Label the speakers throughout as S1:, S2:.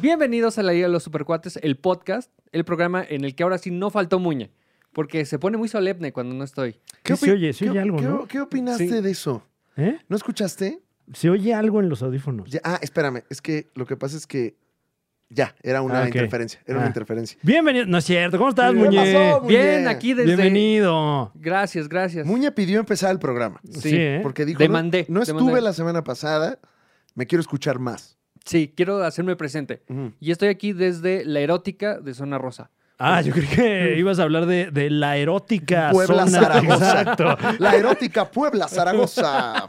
S1: Bienvenidos a la Liga de los Supercuates, el podcast, el programa en el que ahora sí no faltó Muña, porque se pone muy solemne cuando no estoy.
S2: ¿Qué
S3: Sí,
S2: opi-
S3: se oye, se
S2: qué-
S3: oye algo,
S2: qué-
S3: ¿no?
S2: ¿Qué opinaste
S1: Sí.
S2: de eso?
S3: ¿Eh?
S2: ¿No escuchaste?
S3: Se oye algo en los audífonos.
S2: Ya- ah, espérame, es que lo que pasa es que ya, era una
S3: Ah, ok.
S2: interferencia, era
S3: Ah.
S2: una interferencia.
S3: Bienvenido. No es cierto. ¿Cómo estás,
S2: ¿Qué
S3: Muñe?
S2: pasó, Muñe?
S1: Bien, aquí desde...
S3: Bienvenido.
S1: Gracias, gracias.
S2: Muña pidió empezar el programa
S1: Sí,
S3: Sí, ¿eh?
S2: porque dijo,
S1: Demandé,
S2: no, no estuve
S1: demandé.
S2: la semana pasada, me quiero escuchar más.
S1: Sí, quiero hacerme presente.
S2: Ujú.
S1: Y estoy aquí desde La Erótica de Zona Rosa.
S3: Ah, yo creí que ibas a hablar de, de la erótica
S2: Puebla,
S3: zona.
S2: Zaragoza.
S3: Exacto.
S2: La erótica Puebla, Zaragoza.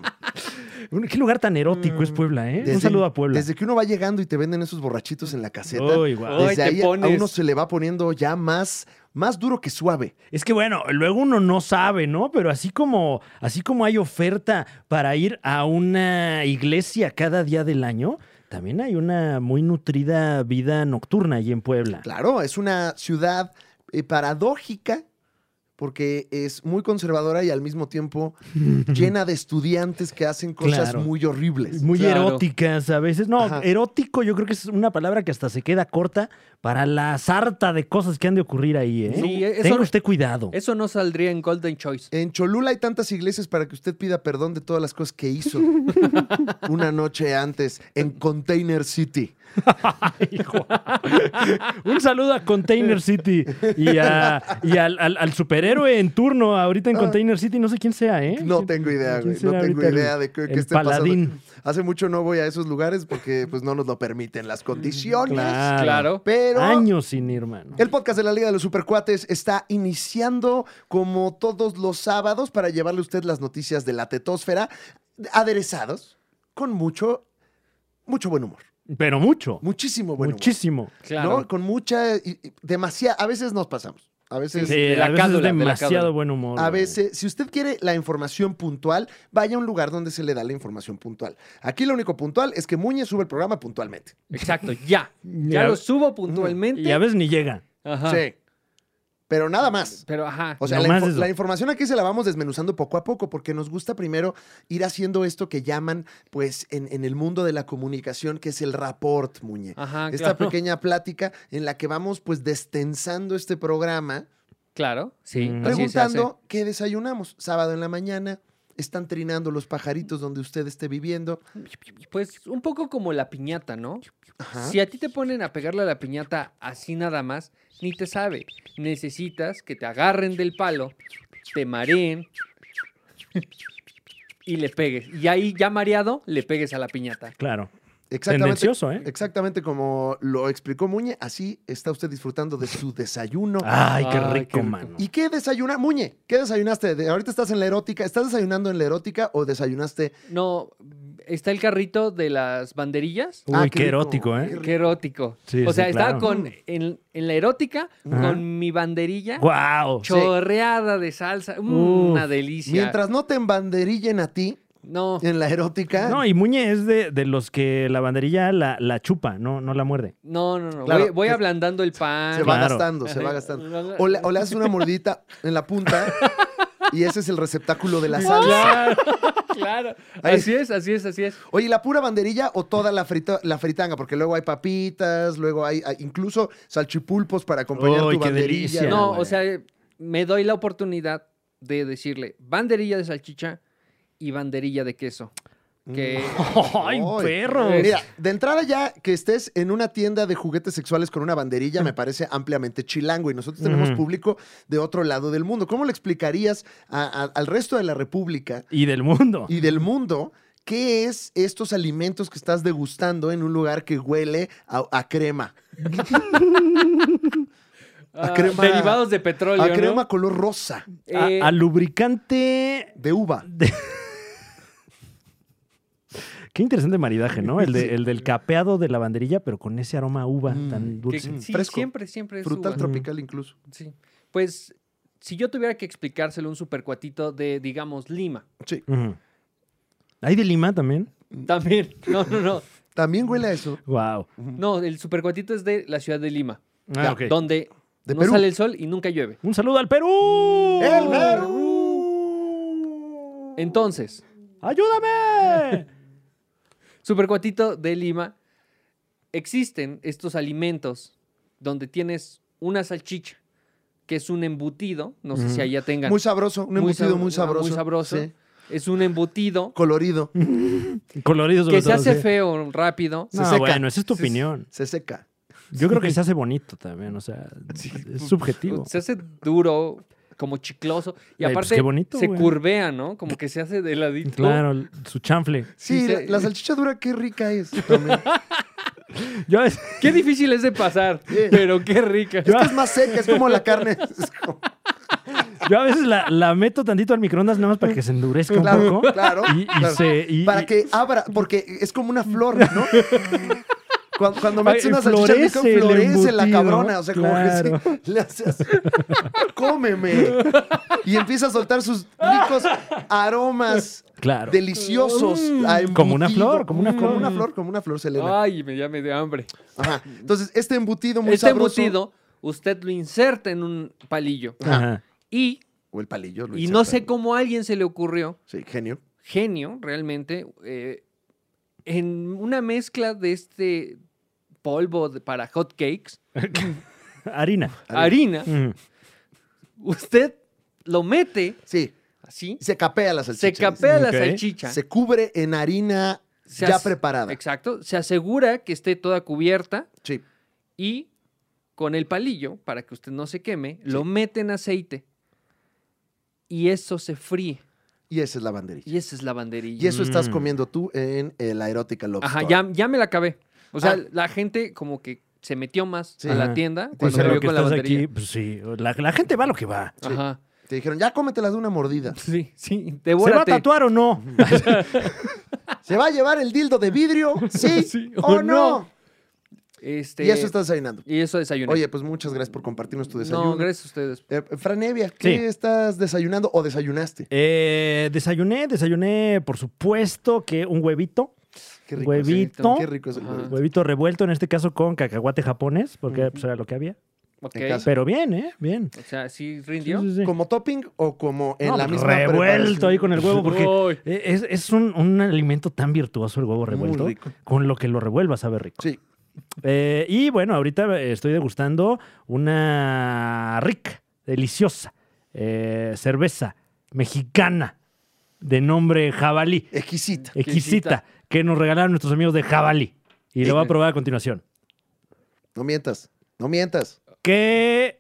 S3: Un- Qué lugar tan erótico es Puebla, ¿eh? Un
S2: Mm, Desde-
S3: saludo a Puebla.
S2: Desde que uno va llegando y te venden esos borrachitos en la caseta,
S3: Uy, guau.
S1: Ay, te
S2: desde ahí a- a
S1: pones.
S2: uno se le va poniendo ya más, más duro que suave.
S3: Es que bueno, luego uno no sabe, ¿no? Pero así como, así como hay oferta para ir a una iglesia cada día del año, también hay una muy nutrida vida nocturna allí en Puebla.
S2: Claro, es una ciudad eh, paradójica porque es muy conservadora y al mismo tiempo llena de estudiantes que hacen cosas
S3: Claro.
S2: muy horribles.
S3: Muy
S1: Claro.
S3: eróticas a veces. No,
S2: Ajá.
S3: erótico yo creo que es una palabra que hasta se queda corta para la sarta de cosas que han de ocurrir ahí, ¿eh?
S1: Sí, eso-
S3: Tenga usted cuidado.
S1: Eso no saldría en Golden Choice.
S2: En Cholula hay tantas iglesias para que usted pida perdón de todas las cosas que hizo una noche antes en Container City.
S3: Hijo. Un saludo a Container City y, a- y al, al- al superhéroe en turno ahorita en
S2: Ah.
S3: Container City. No sé quién sea, ¿eh?
S2: No
S3: ¿Quién-
S2: tengo idea,
S3: quién
S2: güey. No
S3: será
S2: tengo
S3: ahorita el-
S2: idea de qué, qué
S3: el
S2: esté pasando.
S3: paladín.
S2: Hace mucho no voy a esos lugares porque pues no nos lo permiten las condiciones.
S3: Claro.
S1: Claro.
S2: Pero
S3: Años sin ir, mano.
S2: El podcast de la Liga de los Supercuates está iniciando como todos los sábados para llevarle a usted las noticias de la tetósfera aderezados con mucho, mucho buen humor.
S3: Pero mucho.
S2: Muchísimo buen
S3: muchísimo.
S2: humor. ¿no? Con mucha, y- y demasiada, a veces nos pasamos. A veces,
S3: Sí,
S1: de la
S3: a veces
S1: cádula, de la cádula.
S3: demasiado buen humor.
S2: a
S3: güey.
S2: veces, si usted quiere la información puntual, vaya a un lugar donde se le da la información puntual. Aquí lo único puntual es que Muñez sube el programa puntualmente.
S1: Exacto, ya. Ya
S3: Ya-
S1: lo subo puntualmente.
S3: Y a veces ni llega.
S1: Ajá.
S2: Sí. Pero nada más.
S1: Pero ajá.
S2: O sea, la,
S3: Nomás
S2: info-
S3: eso.
S2: la información aquí se la vamos desmenuzando poco a poco, porque nos gusta primero ir haciendo esto que llaman, pues, en, en el mundo de la comunicación, que es el rapport, Muñe.
S1: Ajá,
S2: Esta
S1: Ah, claro.
S2: pequeña plática en la que vamos, pues, destensando este programa,
S1: Claro, sí. así se
S3: Mm.
S1: hace.
S2: preguntando qué desayunamos. Sábado en la mañana, están trinando los pajaritos donde usted esté viviendo.
S1: Pues un poco como la piñata, ¿no?
S2: Ajá.
S1: Si a ti te ponen a pegarle a la piñata así nada más, ni te sabe. Necesitas que te agarren del palo, te mareen y le pegues. Y ahí ya mareado, le pegues a la piñata.
S3: Claro.
S2: Exactamente.
S3: Tendencioso, ¿eh?
S2: Exactamente como lo explicó Muñe, así está usted disfrutando de su desayuno.
S3: Ay, qué
S1: Ay, qué
S3: rico,
S1: rico.
S3: mano.
S2: ¿Y qué desayuna? Muñe, ¿qué desayunaste? De- ahorita estás en la erótica. ¿Estás desayunando en la erótica o desayunaste?
S1: No, está el carrito de las banderillas.
S3: Uy,
S2: Ah,
S3: qué,
S2: qué rico.
S3: erótico, ¿eh?
S1: Qué erótico.
S3: Sí,
S1: o
S3: sí,
S1: sea, estaba
S3: claro.
S1: con, en, en la erótica
S3: Ajá.
S1: con mi banderilla
S3: ¡Guau!
S1: chorreada de salsa. Mm,
S3: Uf.
S1: una delicia.
S2: Mientras no te embanderillen a ti
S1: No,
S2: en la erótica.
S3: No, y Muñe es de, de los que la banderilla la, la chupa, no, no la muerde.
S1: no, no, no.
S2: Claro,
S1: voy, voy
S2: es-
S1: ablandando el pan.
S2: se va
S3: Claro.
S2: gastando, se va
S1: Ajá.
S2: gastando. O le, o le haces una mordidita en la punta y ese es el receptáculo de la salsa.
S1: Claro, claro.
S2: Ahí-
S1: Así es, así es, así es.
S2: Oye, ¿la pura banderilla o toda la, frita- la fritanga? Porque luego hay papitas, luego hay, hay incluso salchipulpos para acompañar
S3: Uy,
S2: tu
S3: qué
S2: banderilla.
S3: delicia.
S1: No,
S3: güey.
S1: o sea, me doy la oportunidad de decirle banderilla de salchicha y banderilla de queso. Que
S2: Mm.
S3: ¡Ay,
S2: Ay. pues.
S3: perro!
S1: Es-
S2: Mira, de entrada ya que estés en una tienda de juguetes sexuales con una banderilla me parece ampliamente chilango y nosotros tenemos
S3: Ujú.
S2: público de otro lado del mundo. ¿Cómo le explicarías a- a- al resto de la República
S3: Y del mundo.
S2: y del mundo qué es estos alimentos que estás degustando en un lugar que huele a, a crema?
S1: ah,
S2: crema-
S1: derivados de petróleo.
S2: A
S1: ¿no?
S2: crema color rosa
S3: A-
S1: Eh,
S3: a lubricante.
S2: de uva.
S3: Qué interesante maridaje, ¿no? El, de- el del capeado de la banderilla, pero con ese aroma a uva
S2: Mm,
S3: tan
S1: que-
S3: dulce.
S1: sí,
S2: fresco.
S1: siempre, siempre es
S2: Frutal
S1: uva.
S2: tropical incluso.
S1: Sí. Pues, si yo tuviera que explicárselo a un supercuatito de, digamos, Lima.
S2: Sí,
S3: Ujú. ¿Hay de Lima también?
S2: Mm.
S1: También. No, no, no.
S2: también huele a eso.
S3: ¡Wow!
S1: No, el supercuatito es de la ciudad de Lima.
S2: Ya,
S1: Donde
S2: De
S1: no
S2: Perú.
S1: sale el sol y nunca llueve.
S3: Ah, ¡Un saludo al Perú!
S2: ¡El Perú!
S1: Entonces,
S3: ¡Ayúdame!
S1: Supercuatito de Lima, existen estos alimentos donde tienes una salchicha, que es un embutido, no sé si allá tengan.
S2: Muy sabroso, un
S1: Muy
S2: embutido
S1: sab-
S2: muy sabroso.
S1: Muy sabroso.
S2: Sí.
S1: Es un embutido
S2: Colorido,
S3: Coloridos sobre
S1: que se
S3: todo,
S1: hace
S3: sí.
S1: feo rápido.
S2: se
S3: No,
S2: seca.
S3: bueno, esa es tu
S2: Se-
S3: opinión.
S2: se seca.
S3: Yo creo que se hace bonito también, o sea, es subjetivo.
S1: Se hace duro, como chicloso. Y
S3: Ay, pues,
S1: aparte
S3: qué bonito,
S1: se
S3: güey.
S1: curvea, ¿no? Como que se hace de ladito.
S3: Claro, el- su chanfle.
S2: Sí,
S1: Sí,
S2: la,
S1: se-
S2: la salchicha dura, qué rica es. también.
S3: Yo a veces-
S1: Qué difícil es de pasar,
S2: Sí.
S1: pero qué rica.
S2: es que es más seca, es como la carne. es como-
S3: Yo a veces la, la meto tantito al microondas nada más para que se endurezca un
S2: Claro,
S3: poco.
S2: claro.
S3: Y- y
S2: claro.
S3: se- y-
S2: Para
S3: y-
S2: que abra, porque es como una flor, ¿no? Cuando, cuando metes
S3: Ay,
S2: una salchicha al micro,
S3: florece el
S2: florece la
S3: embutido,
S2: cabrona. O sea, como que
S3: claro.
S2: sí, le hace así, cómeme. Y empieza a soltar sus ricos aromas
S3: Claro.
S2: deliciosos. a
S3: Mm. Como una
S2: embutido.
S3: flor, como una flor. Ah.
S2: Como una flor, como una flor, Selena.
S1: Ay, me, ya me dio hambre.
S2: Ajá. Entonces, este embutido muy
S1: Este
S2: sabroso.
S1: embutido, usted lo inserta en un palillo.
S3: Ajá.
S1: Y,
S2: O el palillo. lo
S1: y no
S2: inserta.
S1: sé cómo a alguien se le ocurrió,
S2: Sí, genio.
S1: genio realmente, eh, en una mezcla de este polvo de- para hot cakes,
S3: Harina.
S1: harina,
S3: Mm.
S1: usted lo mete
S2: Sí.
S1: así,
S2: Se capea la salchicha.
S1: se capea la
S3: Ok.
S1: salchicha.
S2: Se cubre en harina
S1: se
S2: ya
S1: as-
S2: preparada.
S1: Exacto, se asegura que esté toda cubierta
S2: Sí.
S1: y con el palillo, para que usted no se queme, lo mete en aceite y eso se fríe.
S2: Y esa es la banderilla.
S1: Y esa es la banderilla.
S2: Y eso estás
S3: Mm.
S2: comiendo tú en eh, la erótica Love
S1: Ajá,
S2: Store.
S1: ya, ya me la acabé. O sea,
S2: Ah.
S1: la gente como que se metió más
S2: Sí.
S1: a la
S3: Ajá.
S1: tienda
S3: O
S1: cuando
S3: sea,
S1: me
S3: lo
S1: vio
S3: que
S1: con la
S3: estás
S1: banderilla.
S3: aquí, pues sí, la, la gente va a lo que va.
S2: Sí.
S1: Ajá.
S2: Te dijeron, ya cómetelas de una mordida.
S1: Sí, sí,
S3: ¿Se va a
S1: devórate.
S3: tatuar o no?
S2: ¿Se va a llevar el dildo de vidrio? Sí,
S1: Sí,
S2: o,
S1: o
S2: no.
S1: no. Este,
S2: Y eso estás desayunando.
S1: Y eso desayuné.
S2: Oye, pues muchas gracias por compartirnos tu desayuno.
S1: no, gracias a ustedes.
S2: Eh, Fran Evia, ¿qué
S3: Sí.
S2: estás desayunando o desayunaste?
S3: Eh, desayuné, desayuné, por supuesto, que un huevito.
S2: Qué rico.
S3: Huevito.
S2: sí. Qué rico es el
S1: Ajá.
S2: huevito.
S3: Huevito revuelto, en este caso con cacahuate japonés, porque pues, era lo que había.
S1: Ok.
S2: en casa.
S3: Pero bien, ¿eh? Bien.
S1: O sea, ¿sí
S3: Sí,
S1: rindió?
S3: sí, sí.
S2: ¿Como topping o como en
S3: No,
S2: la
S3: pues,
S2: misma
S3: revuelto
S2: preparación?
S3: ahí con el huevo, porque
S1: Uy.
S3: eh, es, es un, un alimento tan virtuoso el huevo
S2: Muy
S3: revuelto.
S2: rico.
S3: Con lo que lo revuelvas sabe rico.
S2: Sí.
S3: Eh, y bueno, ahorita eh, estoy degustando una rica, deliciosa eh, cerveza mexicana de nombre Jabalí,
S2: Exquisita.
S3: exquisita, que nos regalaron nuestros amigos de Jabalí. Y lo voy a probar a continuación.
S2: No mientas. No mientas.
S3: Qué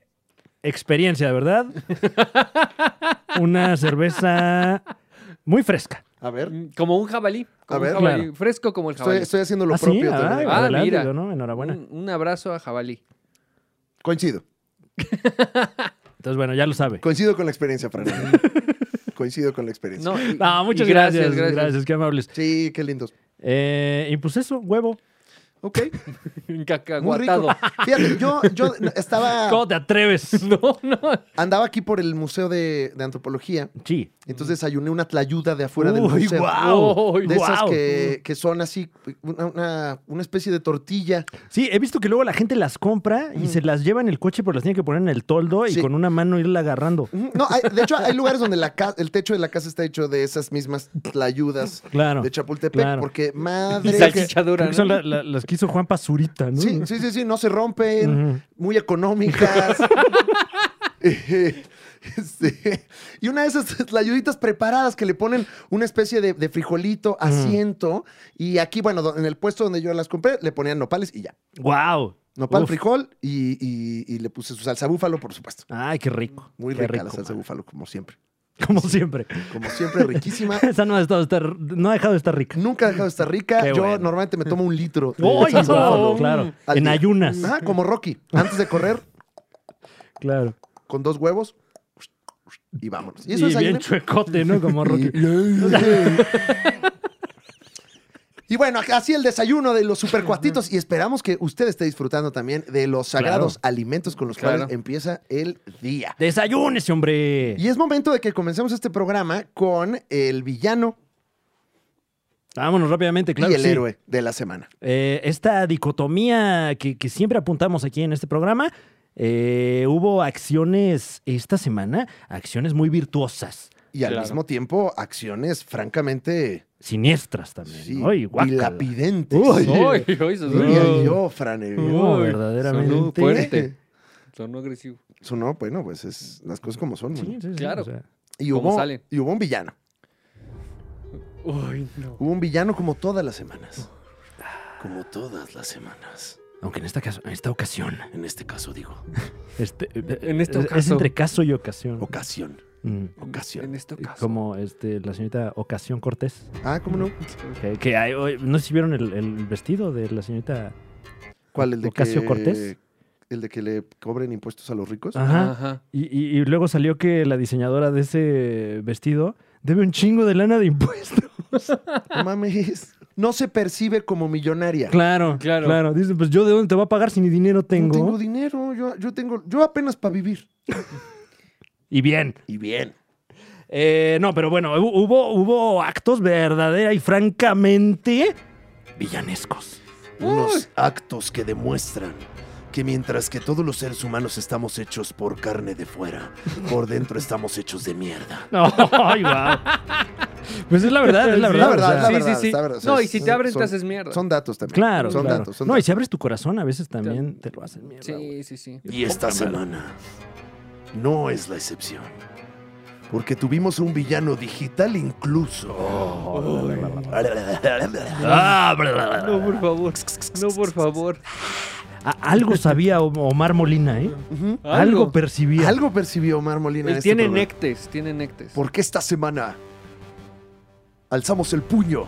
S3: experiencia, ¿verdad? una cerveza muy fresca.
S2: A ver.
S1: Mm, Como un jabalí. como un
S2: ver.
S1: jabalí,
S3: Claro.
S1: Fresco como el
S2: Estoy,
S1: jabalí.
S2: estoy haciendo lo
S3: Ah, sí,
S2: propio.
S3: ah,
S2: también. Mm.
S1: Ah,
S3: adelante,
S1: mira.
S3: digo, ¿no? Enhorabuena.
S1: Un, un abrazo a jabalí.
S2: Coincido.
S3: Entonces, bueno, ya lo sabe.
S2: Coincido con la experiencia, Fran. Coincido con la experiencia.
S1: No, y-
S3: Ah, muchas
S1: y
S3: gracias, gracias, qué amables.
S2: Sí, qué lindos.
S3: Eh, y pues eso, huevo.
S2: Ok. Muy rico.
S1: Cacahuatado.
S2: Fíjate, yo, yo estaba.
S3: ¿Cómo te atreves?
S1: No, no.
S2: Andaba aquí por el Museo de, de Antropología.
S3: Sí.
S2: Entonces desayuné una tlayuda de afuera del
S3: Uy,
S2: museo.
S3: guau,
S1: Uy,
S2: De esas
S3: guau.
S2: que, que son así, una, una- una especie de tortilla.
S3: Sí, he visto que luego la gente las compra y se las lleva en el coche, pero las tiene que poner en el toldo
S2: Sí.
S3: y con una mano irla agarrando.
S2: Ujú. No, hay- de hecho, hay lugares donde la ca- el techo de la casa está hecho de esas mismas tlayudas
S3: Claro.
S2: de Chapultepec.
S3: claro.
S2: Porque
S1: Y
S2: madre.
S1: salchicha dura,
S3: Creo que son
S1: ¿no?
S3: la- la- las que hizo Juan Pazurita, ¿no?
S2: Sí, sí, sí, sí, no se rompen,
S3: Ujú.
S2: muy económicas. Eh, este, y una de esas layuditas preparadas que le ponen una especie de, de frijolito, asiento. Y aquí, bueno, do- en el puesto donde yo las compré, le ponían nopales y ya.
S3: Guau.
S2: Nopal,
S3: Uf.
S2: frijol y, y- y le puse su salsa búfalo, por supuesto.
S3: Ay, qué rico.
S2: Muy
S3: qué
S2: rica
S3: rico,
S2: la salsa
S3: man.
S2: búfalo, como siempre.
S3: Como siempre.
S2: Como siempre, riquísima.
S3: Esa no ha, estado estar- no ha dejado de estar rica.
S2: Nunca ha dejado de estar rica.
S3: Qué
S2: yo
S3: bueno.
S2: normalmente me tomo un litro. de
S3: Ay,
S2: salsa
S1: guau.
S2: búfalo
S3: claro, claro.
S2: al
S3: En
S2: día.
S3: ayunas.
S2: Ajá, como Rocky. Antes de correr,
S3: Claro.
S2: con dos huevos y vámonos. Y
S3: Y,
S2: eso es
S3: bien
S2: ayuno.
S3: chuecote, ¿no? Como Rocky.
S2: Y bueno, así el desayuno de los supercuatitos y esperamos que usted esté disfrutando también de los sagrados alimentos con los cuales
S1: Claro.
S2: empieza el día.
S3: Desayúnese, hombre.
S2: Y es momento de que comencemos este programa con el villano
S3: Vámonos rápidamente, claro.
S2: y
S3: que
S2: el
S3: sí.
S2: héroe de la semana.
S3: Eh, esta dicotomía que, que siempre apuntamos aquí en este programa, eh, hubo acciones esta semana, acciones muy virtuosas,
S2: y al
S4: Claro.
S2: mismo tiempo acciones francamente
S3: Siniestras también.
S2: sí,
S3: Ay, guácala.
S2: dilapidentes.
S3: Uy.
S1: Uy, uy, eso
S2: Diría
S1: sonó-
S2: yo, Fran Evia.
S3: No,
S1: Uy,
S3: verdaderamente.
S1: Sonó fuerte. Sonó agresivo.
S2: Eso no, bueno, pues es las cosas como son.
S3: Sí,
S2: ¿no?
S3: sí, sí,
S1: Claro.
S3: o sea,
S2: Y,
S1: ¿Cómo
S2: hubo,
S1: salen?
S2: y hubo un villano.
S1: Uy, no.
S2: Hubo un villano como todas las semanas. Como todas las semanas.
S3: aunque en esta, caso- en esta ocasión.
S2: En este caso digo,
S3: Este,
S1: En este
S3: es- Es
S1: caso.
S3: entre caso y ocasión.
S2: ocasión.
S3: Mm.
S2: Ocasión.
S1: En este caso.
S3: Como este, la señorita Ocasión Cortés.
S2: Ah, ¿cómo no?
S3: Que, que hay- oye, no sé si vieron el, el vestido de la señorita.
S2: ¿Cuál? ¿El de
S3: ¿Ocasio
S2: que-
S3: Cortés? Ah.
S2: ¿El de que le cobren impuestos a los ricos?
S3: Ajá.
S1: Ajá.
S3: Y, y- y luego salió que la diseñadora de ese vestido debe un chingo de lana de impuestos.
S2: No mames. No se percibe como millonaria.
S3: Claro,
S1: Claro.
S3: claro. Dice, pues yo de dónde te voy a pagar si ni dinero tengo.
S2: No tengo dinero. Yo, yo tengo. Yo apenas para vivir.
S3: Y bien.
S2: Y bien.
S3: Eh, no, pero bueno, hu- hubo, hubo actos verdadera y francamente villanescos.
S2: Unos actos que demuestran que mientras que todos los seres humanos estamos hechos por carne de fuera, por dentro estamos hechos de mierda.
S3: Ay, guau. Pues es la verdad, es la
S2: Sí,
S3: verdad.
S2: la verdad,
S3: o sea,
S2: la
S1: sí,
S2: verdad,
S1: sí, sí.
S2: la verdad, o sea,
S1: No, y si
S2: es-
S1: te abren,
S2: son-
S1: te haces mierda.
S2: Son datos también.
S3: Claro,
S2: Son
S3: claro.
S2: datos. Son
S3: no, y
S2: datos.
S3: si abres tu corazón, a veces también te lo hacen mierda. güey.
S1: Sí, sí, sí.
S2: Y esta semana no es la excepción. Porque tuvimos un villano digital incluso.
S3: Oh. Ah, bla, bla, bla, bla.
S1: No, por favor. No, por favor.
S3: A- algo sabía Om- Omar Molina, ¿eh?
S2: Ujú.
S3: Algo, percibía.
S2: Algo percibió Omar Molina. en
S1: Él
S2: este
S1: tiene
S2: programa.
S1: nectes, tiene nectes.
S2: Porque esta semana alzamos el puño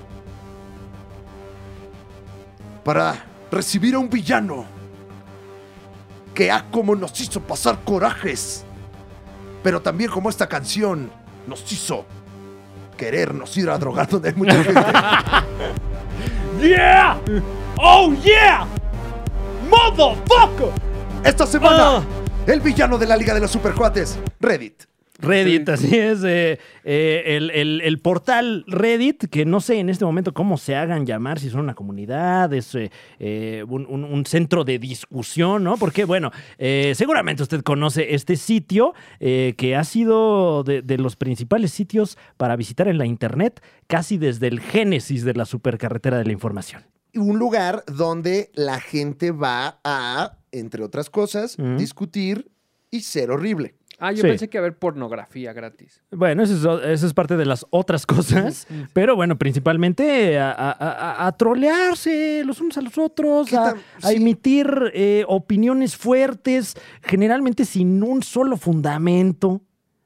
S2: para recibir a un villano que ah, como nos hizo pasar corajes, pero también como esta canción nos hizo querernos ir a drogar donde hay mucha gente.
S3: ¡Yeah! ¡Oh, yeah! ¡Motherfucker!
S2: Esta semana
S3: Ah.
S2: el villano de la Liga de los Supercuates, Reddit.
S3: Reddit, así es. eh, eh, el, el- el portal Reddit, que no sé en este momento cómo se hagan llamar, si son una comunidad, es eh, eh, un, un- un centro de discusión, ¿no? Porque, bueno, eh, seguramente usted conoce este sitio eh, que ha sido de, de los principales sitios para visitar en la Internet casi desde el génesis de la supercarretera de la información.
S2: un lugar donde la gente va a, entre otras cosas,
S3: Ujú.
S2: discutir y ser horrible.
S1: Ah, yo
S3: Sí.
S1: pensé que iba a haber pornografía gratis. Mm.
S3: Bueno, eso es, o- eso es parte de las otras cosas, pero bueno, principalmente a, a- a- a trolearse los unos a los otros,
S2: ¿Qué
S3: a,
S2: tan-
S3: a
S2: sí?
S3: emitir eh, opiniones fuertes, generalmente sin un solo fundamento,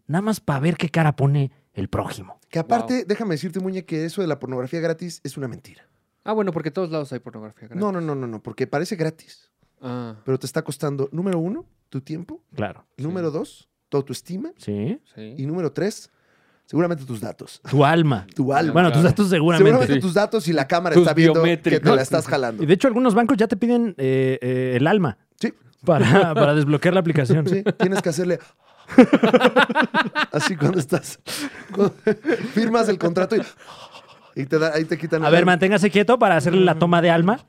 S3: nada más para ver qué cara pone el prójimo.
S2: Que aparte, déjame decirte, Muñe, que eso de la pornografía gratis es una mentira.
S1: Ah, bueno, porque en todos lados hay pornografía gratis.
S2: No, no, no, no, no, porque parece gratis,
S1: Ah,
S2: pero te está costando, número uno, tu tiempo,
S3: Claro.
S2: número dos, tu autoestima,
S3: ¿Sí?
S2: y
S1: sí.
S2: número tres, seguramente tus datos,
S3: Tu alma.
S2: tu alma.
S3: Bueno, tus
S1: claro.
S3: datos seguramente.
S2: seguramente
S1: Sí.
S2: tus datos y la cámara
S1: Tus
S2: está viendo que te
S1: biométricos.
S2: la estás jalando.
S3: Y de hecho, algunos bancos ya te piden eh, eh, el alma
S2: Sí,
S3: para, para desbloquear la aplicación.
S2: sí, tienes que hacerle... Así cuando estás... firmas el contrato y... Y te da- ahí te quitan
S3: A
S2: el
S3: ver,
S2: alma.
S3: manténgase quieto para hacerle la toma de alma.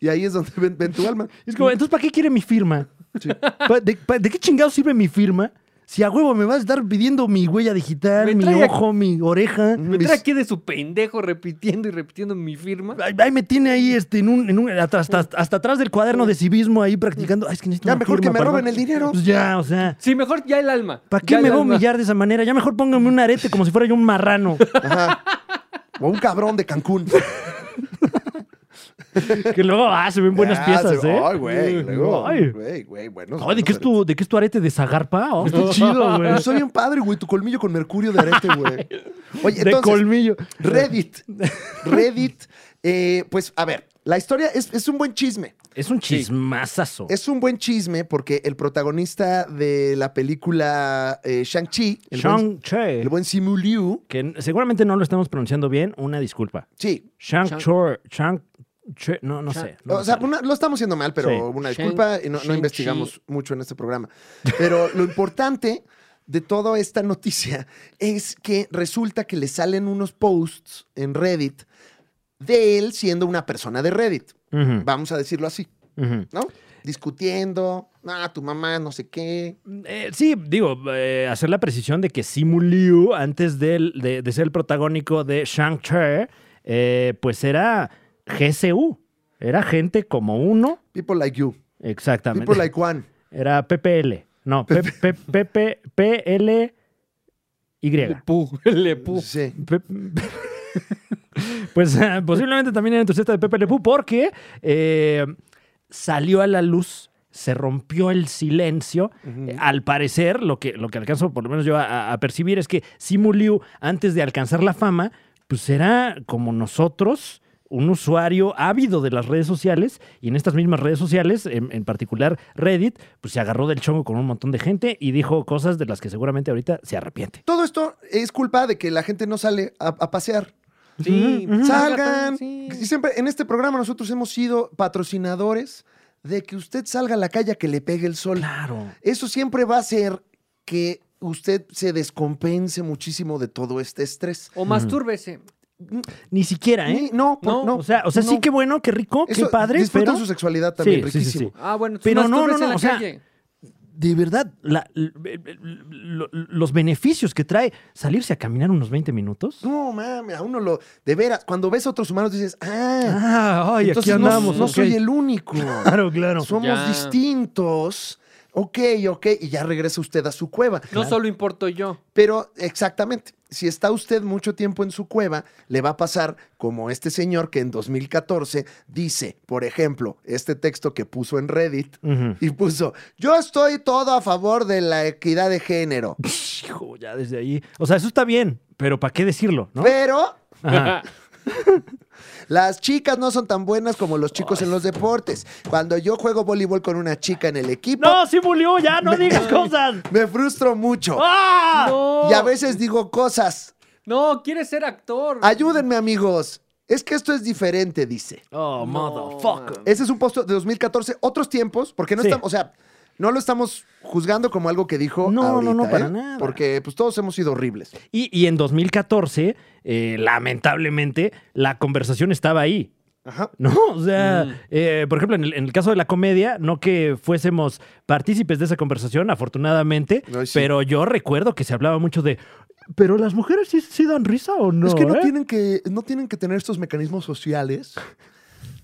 S2: Y ahí es donde ven, ven tu alma.
S3: Es como, entonces, ¿para qué quiere mi firma? Pa- ¿De, pa- de qué chingado sirve mi firma? Si a huevo me vas a estar pidiendo mi huella digital,
S1: Me
S3: mi
S1: trae
S3: ojo, mi oreja.
S1: Me
S2: Mis-
S1: trae aquí de su pendejo repitiendo y repitiendo mi firma.
S3: Ahí ahí me tiene ahí este, en un, en un- hasta, hasta- hasta atrás del cuaderno de civismo ahí practicando. Ay, es que necesito
S2: Ya
S3: una
S2: mejor que
S3: firma
S2: me
S3: para-
S2: roben el dinero.
S3: Pues ya, o sea.
S1: Sí, mejor ya el alma.
S3: ¿Para qué
S1: Ya
S3: me
S1: el
S3: voy a
S1: alma.
S3: humillar de esa manera? Ya mejor póngame un arete como si fuera yo un marrano.
S2: Ajá. O un cabrón de Cancún.
S3: Que luego, ah, se ven buenas
S2: Ah,
S3: piezas,
S2: se-
S3: ¿eh?
S2: Ay, güey. luego,
S3: Ay.
S2: Güey, güey, bueno.
S3: Ay, ¿de, qué es tu, ¿De qué es tu arete de zagarpa? Oh, está chido, güey.
S2: Soy bien padre, güey. Tu colmillo con mercurio de arete, güey. Oye,
S3: de
S2: entonces,
S3: colmillo.
S2: Reddit. Reddit. eh, pues, a ver. La historia es, es un buen chisme.
S3: Es un chismazazo.
S2: Es un buen chisme porque el protagonista de la película eh, Shang-Chi, el, buen-
S3: Shang-Chi.
S2: el buen Simu Liu,
S3: que n- seguramente no lo estamos pronunciando bien, una disculpa.
S2: sí,
S3: Shang
S1: Shang-
S3: Chor, Shang Che- no, no sé. no
S2: O sea,
S3: sé.
S2: una- lo estamos haciendo mal, pero
S3: Sí.
S2: una
S1: Shang-
S2: disculpa, y no, no
S1: Shang-Chi.
S2: investigamos mucho en este programa. Pero lo importante de toda esta noticia es que resulta que le salen unos posts en Reddit de él siendo una persona de Reddit.
S3: Ujú.
S2: Vamos a decirlo así.
S3: Ujú.
S2: ¿no? Discutiendo, ah, tu mamá, no sé qué.
S3: Eh, sí, digo, eh, hacer la precisión de que Simu Liu, antes del- de, de ser el protagónico de Shang-Chi, eh, pues era GCU. Era gente como uno.
S2: People like you,
S3: Exactamente.
S2: people like Juan.
S3: Era PPL. No, P- P- P- P- PLY.
S1: Pu, le pu.
S2: Sí.
S3: Pe- pues ah, posiblemente también era entusiasta de Pepe Le Pew porque eh, salió a la luz, se rompió el silencio. Eh, al parecer, lo que, lo que alcanzo por lo menos yo a, a percibir es que Simu Liu, antes de alcanzar la fama, pues era como nosotros. Un usuario ávido de las redes sociales y en estas mismas redes sociales, en, en particular Reddit, pues se agarró del chongo con un montón de gente y dijo cosas de las que seguramente ahorita se arrepiente.
S2: Todo esto es culpa de que la gente no sale a, a pasear.
S1: Sí,
S3: Ujú, ujú.
S2: Salgan.
S1: Sí.
S2: Y Siempre en este programa nosotros hemos sido patrocinadores de que usted salga a la calle a que le pegue el sol.
S3: Claro.
S2: Eso siempre va a hacer que usted se descompense muchísimo de todo este estrés.
S3: Mm.
S1: O mastúrbese.
S3: Ni siquiera, ¿eh?
S2: Ni- no, por-
S1: No,
S2: no,
S3: o sea, o sea
S2: no.
S3: sí que bueno, qué rico,
S2: Eso-
S3: qué padre,
S2: Disfrutan
S3: pero
S2: su sexualidad también,
S3: Sí, sí, sí,
S2: riquísimo.
S3: sí.
S1: Ah, bueno,
S3: Pero
S1: pero
S3: no, no,
S1: no,
S3: no,
S1: en la
S3: o sea,
S1: calle.
S3: de verdad, la- l- l- l- los beneficios que trae salirse a caminar unos 20 minutos.
S2: No, mames, a uno lo. De veras, cuando ves a otros humanos dices, ah,
S3: Ah, ay,
S2: entonces
S3: aquí
S2: no-
S3: andamos.
S2: no,
S3: ok. Ah, pues
S2: soy el único.
S3: Claro, claro.
S2: Somos
S1: Ya.
S2: distintos. Ok, ok, y ya regresa usted a su cueva.
S1: No solo importo yo.
S2: Pero exactamente, si está usted mucho tiempo en su cueva, le va a pasar como este señor que en 2014 dice, por ejemplo, este texto que puso en Reddit
S3: Ujú.
S2: y puso, yo estoy todo a favor de la equidad de género,
S3: Hijo, ya desde ahí. O sea, eso está bien, pero ¿para qué decirlo, no?
S2: pero
S3: Ajá.
S2: las chicas no son tan buenas como los chicos en los deportes. Cuando yo juego voleibol con una chica en el equipo,
S3: No, Simuliu, ya no digas cosas.
S2: me frustro mucho.
S3: ¡Ah!
S1: no,
S2: Y a veces digo cosas.
S1: no, quiere ser actor.
S2: Ayúdenme amigos. Es que esto es diferente, dice.
S3: Oh,
S1: No,
S3: motherfucker.
S1: man.
S2: Ese es un post de 2014, otros tiempos, porque no
S3: Sí.
S2: estamos, o sea, no lo estamos juzgando como algo que dijo
S3: No, no,
S2: ahorita,
S3: no, para
S2: ¿eh?
S3: nada.
S2: Porque pues todos hemos sido horribles.
S3: Y, y en 2014, eh, lamentablemente, la conversación estaba ahí.
S2: Ajá.
S3: ¿No? O sea,
S1: Mm.
S3: eh, por ejemplo, en el, en el caso de la comedia, no que fuésemos partícipes de esa conversación, afortunadamente,
S2: Ay, sí.
S3: pero yo recuerdo que se hablaba mucho de, ¿pero las mujeres sí, sí dan risa o no?
S2: es que no
S3: eh?"
S2: tienen que no tienen que tener estos mecanismos sociales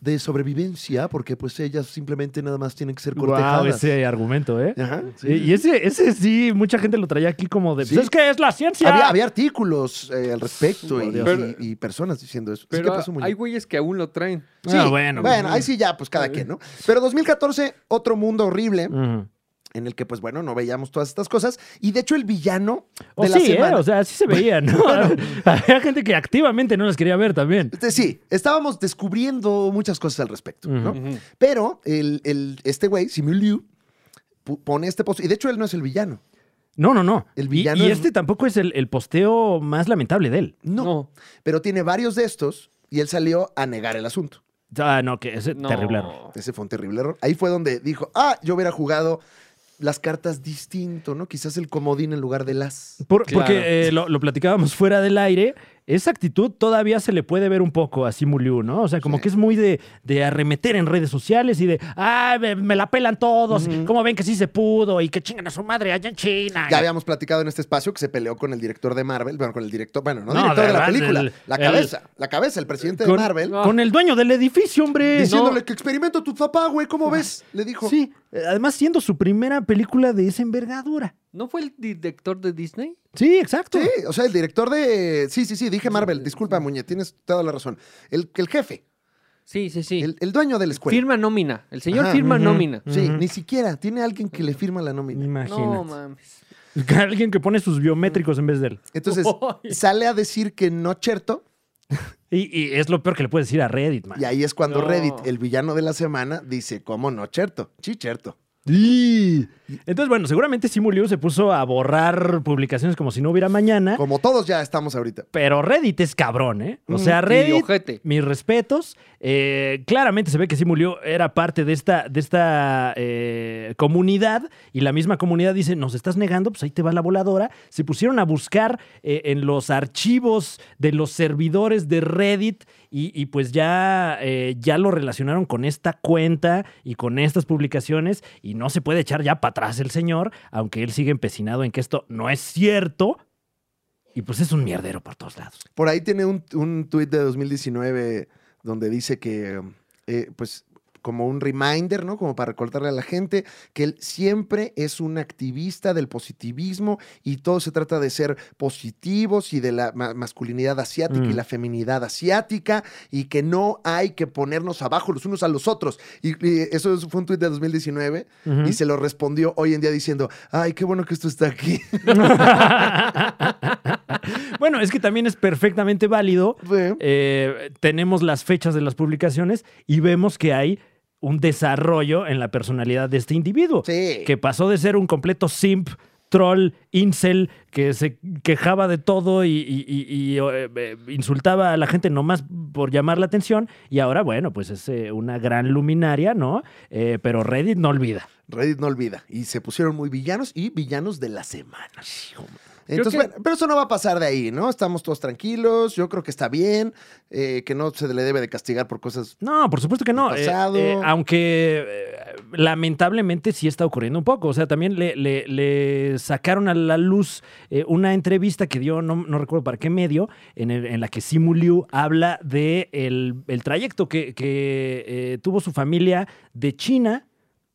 S2: de sobrevivencia, porque pues ellas simplemente nada más tienen que ser
S3: Guau,
S2: cortejadas.
S3: ese argumento, ¿eh?
S2: Ajá, sí.
S3: Y y ese, ese sí, mucha gente lo traía aquí como de, "Pues
S2: Sí.
S3: es que es la ciencia.
S2: había, había artículos eh, al respecto
S3: Oh,
S2: y,
S3: Dios.
S1: Pero-
S2: y- y personas diciendo eso.
S1: Pero
S2: ¿Qué pasó, muñeco?
S1: hay güeyes que aún lo traen.
S2: Sí,
S3: Ah, bueno,
S2: bueno,
S3: pues,
S2: ahí sí ya, pues cada quien, ¿no? Pero 2014, otro mundo horrible.
S3: Ujú.
S2: en el que, pues bueno, no veíamos todas estas cosas. Y de hecho, el villano
S3: O
S2: de la
S3: sí, ¿eh?
S2: semana.
S3: o sea, sí se veía, ¿no? había gente que activamente no las quería ver también.
S2: Este, sí, estábamos descubriendo muchas cosas al respecto, ¿no?
S3: Ujú.
S2: Pero el, el- este güey, Simu Liu, pu- pone este post. Y de hecho, él no es el villano.
S3: No, no, no.
S2: El
S3: Y-
S2: villano
S3: y,
S2: es-
S3: este tampoco es el, el posteo más lamentable de él.
S2: No.
S1: No.
S2: Pero tiene varios de estos y él salió a negar el asunto.
S3: Ah, no, que ese
S1: No.
S3: terrible error.
S2: Ese fue un terrible error. Ahí fue donde dijo, ah, yo hubiera jugado las cartas distinto, ¿no? Quizás el comodín en lugar de las.
S3: Por-
S1: Claro.
S3: Porque eh, lo, lo platicábamos fuera del aire. Esa actitud todavía se le puede ver un poco a Simu Liu, ¿no? O sea, como
S2: Sí.
S3: que es muy de, de arremeter en redes sociales y de, ah, me, me la pelan todos, ¿cómo ven que sí se pudo y que chingan a su madre allá en China?
S2: Ya habíamos platicado en este espacio que se peleó con el director de Marvel, bueno, con el director, bueno, no,
S3: No,
S2: director de, la
S3: ¿verdad?
S2: película,
S3: El-
S2: la
S3: el-
S2: cabeza, la cabeza, el presidente
S3: Con-
S2: de Marvel,
S1: no,
S3: Con el dueño del edificio, hombre.
S2: diciéndole que experimento tu papá, güey, ¿cómo ves? Le dijo.
S3: Sí, eh, además siendo su primera película de esa envergadura.
S1: ¿No fue el director de Disney?
S3: Sí, exacto.
S2: Sí, o sea, el director de. Sí, sí, sí, dije Marvel, disculpa, Muñe, tienes toda la razón. El, el jefe,
S1: Sí, sí, sí.
S2: el, el dueño de la escuela.
S1: Firma nómina. El señor
S2: Ajá,
S1: firma
S3: ujú.
S1: nómina.
S2: Sí,
S3: Ujú.
S2: ni siquiera tiene alguien que le firma la nómina.
S1: No
S3: Imagínate.
S1: mames.
S3: Alguien que pone sus biométricos en vez de él.
S2: Entonces,
S1: Uy.
S2: sale a decir que no Cherto,
S3: Y, y es lo peor que le puedes decir a Reddit, man.
S2: y ahí es cuando
S1: No.
S2: Reddit, el villano de la semana, dice: ¿Cómo no Cherto? Sí, Cherto.
S3: Y- Entonces, bueno, seguramente Simu Liu se puso a borrar publicaciones como si no hubiera mañana.
S2: Como todos ya estamos ahorita.
S3: Pero Reddit es cabrón, ¿eh? O
S2: Mm,
S3: sea,
S1: y
S3: Reddit,
S1: ojete.
S3: mis respetos. Eh, claramente se ve que Simu Liu era parte de esta, de esta eh, comunidad y la misma comunidad dice, nos estás negando, pues ahí te va la voladora. Se pusieron a buscar eh, en los archivos de los servidores de Reddit y, y pues ya, eh, ya lo relacionaron con esta cuenta y con estas publicaciones y no se puede echar ya para atrás el señor, aunque él sigue empecinado en que esto no es cierto. Y pues es un mierdero por todos lados.
S2: Por ahí tiene un, un tuit de 2019 donde dice que, eh, pues, como un reminder, ¿no? Como para recordarle a la gente que él siempre es un activista del positivismo y todo se trata de ser positivos y de la ma- masculinidad asiática
S3: Mm.
S2: y la feminidad asiática y que no hay que ponernos abajo los unos a los otros. Y, y eso es- fue un tuit de 2019
S3: Mm.
S2: y se lo respondió hoy en día diciendo, ay, qué bueno que esto está aquí.
S3: bueno, es que también es perfectamente válido.
S2: Bueno.
S3: Eh, tenemos las fechas de las publicaciones y vemos que hay un desarrollo en la personalidad de este individuo.
S2: Sí.
S3: Que pasó de ser un completo simp, troll, incel, que se quejaba de todo y, y- y- y, eh, eh, insultaba a la gente nomás por llamar la atención. Y ahora, bueno, pues es eh, una gran luminaria, ¿no? Eh, pero Reddit no olvida.
S2: Reddit no olvida. Y se pusieron muy villanos y villanos de la semana. Entonces,
S1: Creo que-
S2: bueno, pero eso no va a pasar de ahí, ¿no? Estamos todos tranquilos, yo creo que está bien, eh, que no se le debe de castigar por cosas.
S3: No, por supuesto que no.
S2: El
S3: Eh,
S2: pasado.
S3: eh, aunque eh, lamentablemente sí está ocurriendo un poco. O sea, también le, le- le sacaron a la luz eh, una entrevista que dio, no, no recuerdo para qué medio, en, el- en la que Simu Liu habla de el, el trayecto que, que, eh, tuvo su familia de China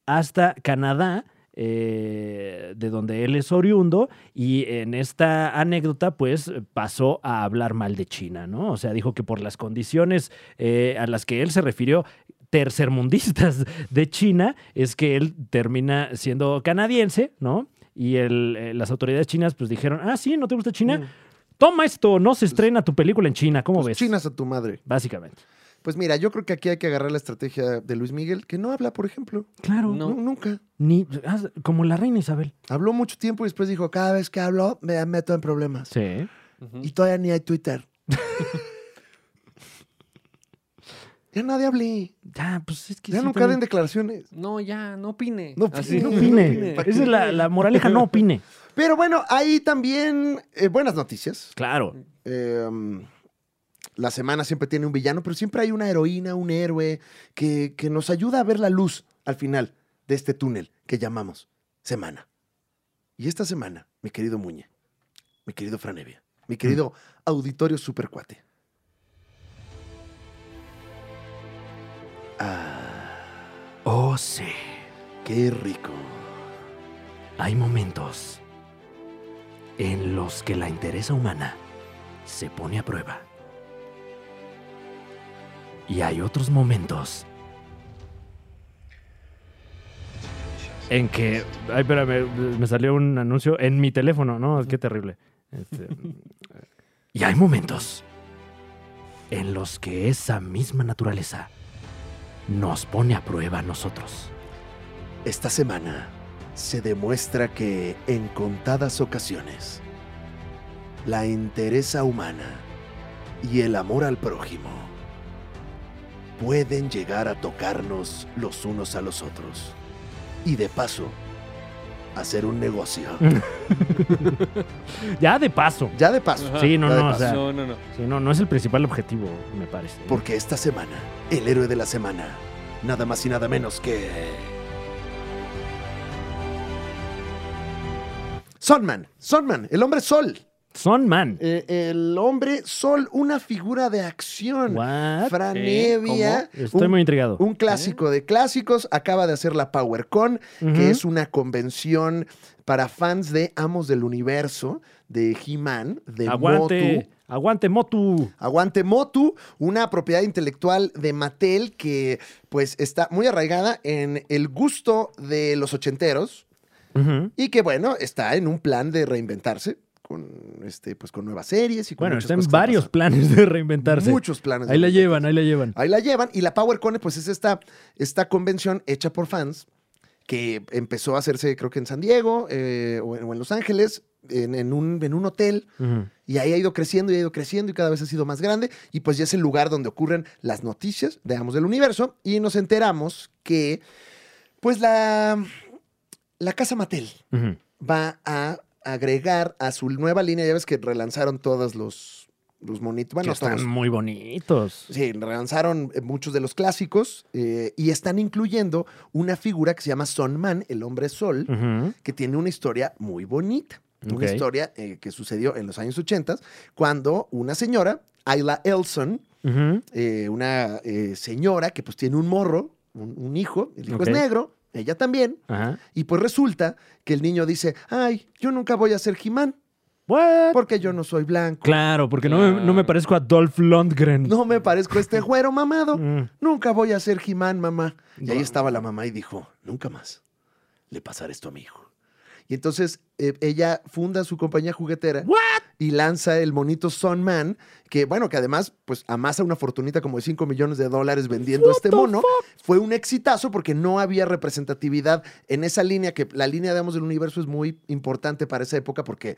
S3: hasta Canadá. eh, de donde él es oriundo y en esta anécdota pues pasó a hablar mal de China, ¿no? O sea, dijo que por las condiciones eh, a las que él se refirió tercermundistas de China es que él termina siendo canadiense, ¿no? Y el, eh, las autoridades chinas pues dijeron, ah, sí, ¿no te gusta China? Toma esto, no se estrena tu película en China, ¿cómo
S2: Pues,
S3: ves?
S2: chinas a tu madre.
S3: Básicamente.
S2: Pues mira, yo creo que aquí hay que agarrar la estrategia de Luis Miguel, que no habla, por ejemplo.
S3: Claro,
S1: No.
S2: No, nunca.
S3: ni, ah, como la reina Isabel.
S2: Habló mucho tiempo y después dijo, cada vez que hablo me meto en problemas.
S3: Sí.
S1: Ujú.
S2: Y todavía ni hay Twitter. ya nadie hablé.
S3: Ya, pues es que
S2: Ya
S3: sí,
S2: nunca den
S3: también-
S2: declaraciones.
S1: No, ya, no opine.
S2: No opine,
S1: Así.
S3: No
S2: no
S3: opine. Esa es la, la moraleja, no opine.
S2: Pero bueno, ahí también eh, buenas noticias.
S3: Claro.
S2: eh, la semana siempre tiene un villano, pero siempre hay una heroína, un héroe que, que nos ayuda a ver la luz al final de este túnel que llamamos semana. Y esta semana, mi querido Muñe, mi querido Franevia, mi querido auditorio supercuate. Ah,
S3: Oh, sí.
S2: qué rico.
S3: Hay momentos en los que la entereza humana se pone a prueba. Y hay otros momentos en que... Ay, espérame, me salió un anuncio en mi teléfono, ¿no? Qué terrible. Este, y hay momentos en los que esa misma naturaleza nos pone a prueba a nosotros.
S2: Esta semana se demuestra que en contadas ocasiones la entereza humana y el amor al prójimo pueden llegar a tocarnos los unos a los otros y de paso hacer un negocio.
S3: Ya de paso.
S2: Ya de paso.
S1: Ajá.
S3: Sí, no,
S2: Ya de
S3: no, o
S2: paso.
S3: sea,
S1: No, no, no.
S3: Sí, no, no es el principal objetivo, me parece.
S2: Porque esta semana, el héroe de la semana, nada más y nada menos que. Sonman, Sonman, el hombre sol.
S3: Son Man.
S2: Eh, el hombre sol, una figura de acción.
S3: What?
S2: Fran
S1: ¿Qué?
S2: Evia,
S3: Estoy
S2: un-
S3: muy intrigado.
S2: un clásico de clásicos, acaba de hacer la PowerCon,
S3: Ujú.
S2: que es una convención para fans de Amos del Universo, de He-Man, de
S3: aguante,
S2: Motu.
S3: aguante Motu.
S2: Aguante Motu, una propiedad intelectual de Mattel que pues está muy arraigada en el gusto de los ochenteros
S3: Ujú.
S2: y que bueno, está en un plan de reinventarse con este pues con nuevas series y con
S3: Bueno,
S2: muchas
S3: está en
S2: cosas que
S3: varios
S2: pasan.
S3: planes de reinventarse.
S2: Muchos planes. de
S3: Ahí la
S2: reinventarse. Ah,
S3: llevan, ahí la llevan.
S2: Ahí la llevan. Y la PowerCon, pues es esta, esta convención hecha por fans que empezó a hacerse, creo que en San Diego eh, o, en, o en Los Ángeles, en, en un, en un hotel.
S3: Ujú.
S2: Y ahí ha ido creciendo y ha ido creciendo y cada vez ha sido más grande. Y pues ya es el lugar donde ocurren las noticias de Amos del Universo. Y nos enteramos que, pues la, la Casa Mattel
S3: Ujú.
S2: va a agregar a su nueva línea. Ya ves que relanzaron todos los, los monitos. Bueno,
S3: que están
S2: todos.
S3: muy bonitos.
S2: Sí, relanzaron eh, muchos de los clásicos eh, y están incluyendo una figura que se llama Son Man, el hombre sol,
S3: Ujú.
S2: que tiene una historia muy bonita.
S3: Ok.
S2: Una historia eh, que sucedió en los años 80 cuando una señora, Ayla Elson,
S3: Ujú.
S2: eh, una eh, señora que pues tiene un morro, un, un hijo, el hijo
S3: Ok.
S2: es negro, ella también,
S3: Ajá.
S2: y pues resulta que el niño dice, ay, yo nunca voy a ser Jimán
S3: What?
S2: porque yo no soy blanco,
S3: Claro, porque no, me, no me parezco a Dolph Lundgren.
S2: no me parezco a este güero mamado,
S3: Mm.
S2: nunca voy a ser Jimán, mamá. Y ahí estaba la mamá y dijo, nunca más le pasará esto a mi hijo. Y entonces eh, ella funda su compañía juguetera
S3: What?
S2: y lanza el monito Son Man, que bueno, que además pues amasa una fortunita como de 5 millones de dólares vendiendo este
S3: the
S2: mono. Fue un exitazo porque no había representatividad en esa línea, que la línea, digamos, del universo es muy importante para esa época porque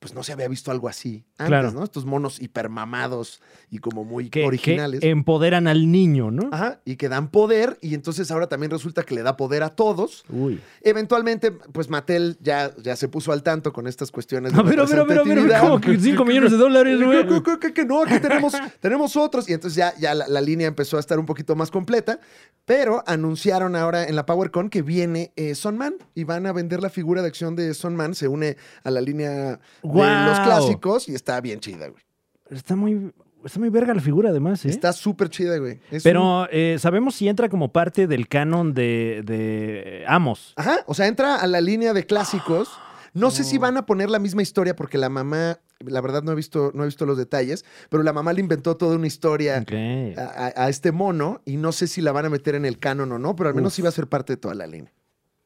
S2: pues no se había visto algo así antes,
S3: Claro.
S2: ¿no? Estos monos hipermamados y como muy
S3: Que,
S2: originales. Ah.
S3: que empoderan al niño, ¿no?
S2: Ajá, y que dan poder, y entonces ahora también resulta que le da poder a todos.
S3: Uy.
S2: Eventualmente, pues Mattel ya, ya se puso al tanto con estas cuestiones de
S3: A ver, a ver, a ver, a ver,
S2: representatividad.
S3: como que 5 millones de dólares, güey.
S2: Que, que, que, que no, aquí tenemos, tenemos otros. Y entonces ya, ya la, la línea empezó a estar un poquito más completa. Pero anunciaron ahora en la PowerCon que viene eh, Son Man y van a vender la figura de acción de Son Man. Se une a la línea de los
S3: ¡Guau!
S2: clásicos y está bien chida, güey.
S3: Está muy, está muy verga la figura, además, ¿eh?
S2: Está súper chida, güey. Es un-
S3: Pero eh, sabemos si entra como parte del canon de, de Amos.
S2: Ajá, o sea, entra a la línea de clásicos. No sé si van a poner la misma historia porque la mamá, la verdad no he visto, no he visto los detalles, pero la mamá le inventó toda una historia
S3: Ok.
S2: a, a- a este mono y no sé si la van a meter en el canon o no, pero al menos
S3: Uf.
S2: sí va a ser parte de toda la línea.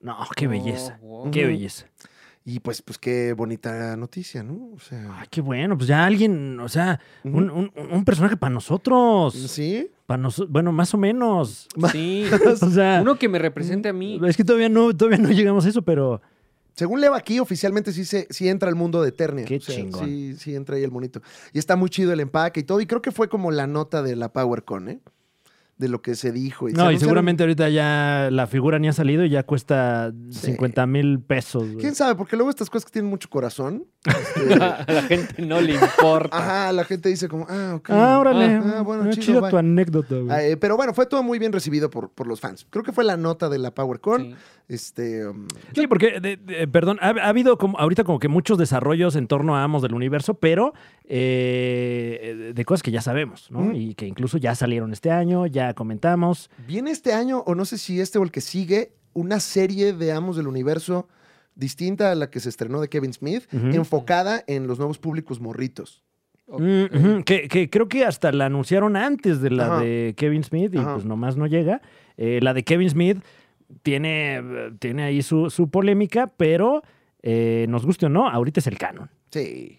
S3: No, qué belleza.
S1: Oh, wow.
S3: Qué belleza.
S2: Y pues, pues qué bonita noticia, ¿no? O sea,
S3: Ay, qué bueno. Pues ya alguien, o sea, un, un- un personaje para nosotros.
S2: sí.
S3: Para nosotros. Bueno, más o menos.
S1: Sí.
S3: O sea,
S1: Uno que me represente a mí.
S3: es que todavía no, todavía no llegamos a eso, pero.
S2: Según leo aquí, oficialmente sí, se, sí entra al mundo de Eternia.
S3: Qué
S2: O sea,
S3: chingón.
S2: Sí, sí entra ahí el monito. Y está muy chido el empaque y todo. Y creo que fue como la nota de la PowerCon, ¿eh? De lo que se dijo. se
S3: No, y
S2: anunciaron-
S3: seguramente ahorita ya la figura ni ha salido y ya cuesta
S2: Sí.
S3: 50 mil pesos. güey.
S2: ¿Quién sabe? Porque luego estas cosas que tienen mucho corazón. este,
S1: A la gente no le importa.
S2: ajá, la gente dice como, ah, ok.
S3: Ah, órale.
S2: Ah, bueno,
S3: Ah,
S2: chido,
S3: chido
S2: bye.
S3: tu anécdota, güey.
S2: Ah, eh, pero bueno, fue todo muy bien recibido por, por los fans. Creo que fue la nota de la PowerCon.
S1: Sí.
S2: Este, um,
S3: Sí, porque, de- de- perdón, ha, ha habido como, ahorita como que muchos desarrollos en torno a Amos del Universo, pero eh, de cosas que ya sabemos, ¿no?
S2: Mm.
S3: Y que incluso ya salieron este año, ya comentamos.
S2: viene este año, o no sé si este o el que sigue, una serie de Amos del Universo distinta a la que se estrenó de Kevin Smith,
S3: Ujú.
S2: enfocada en los nuevos públicos morritos.
S1: Ok.
S3: Mm, ujú, que, que creo que hasta la anunciaron antes de la
S2: Ajá.
S3: de Kevin Smith y
S2: Ajá.
S3: pues nomás no llega. Eh, la de Kevin Smith tiene, eh, tiene ahí su, su polémica, pero eh, nos guste o no, ahorita es el canon.
S2: Sí,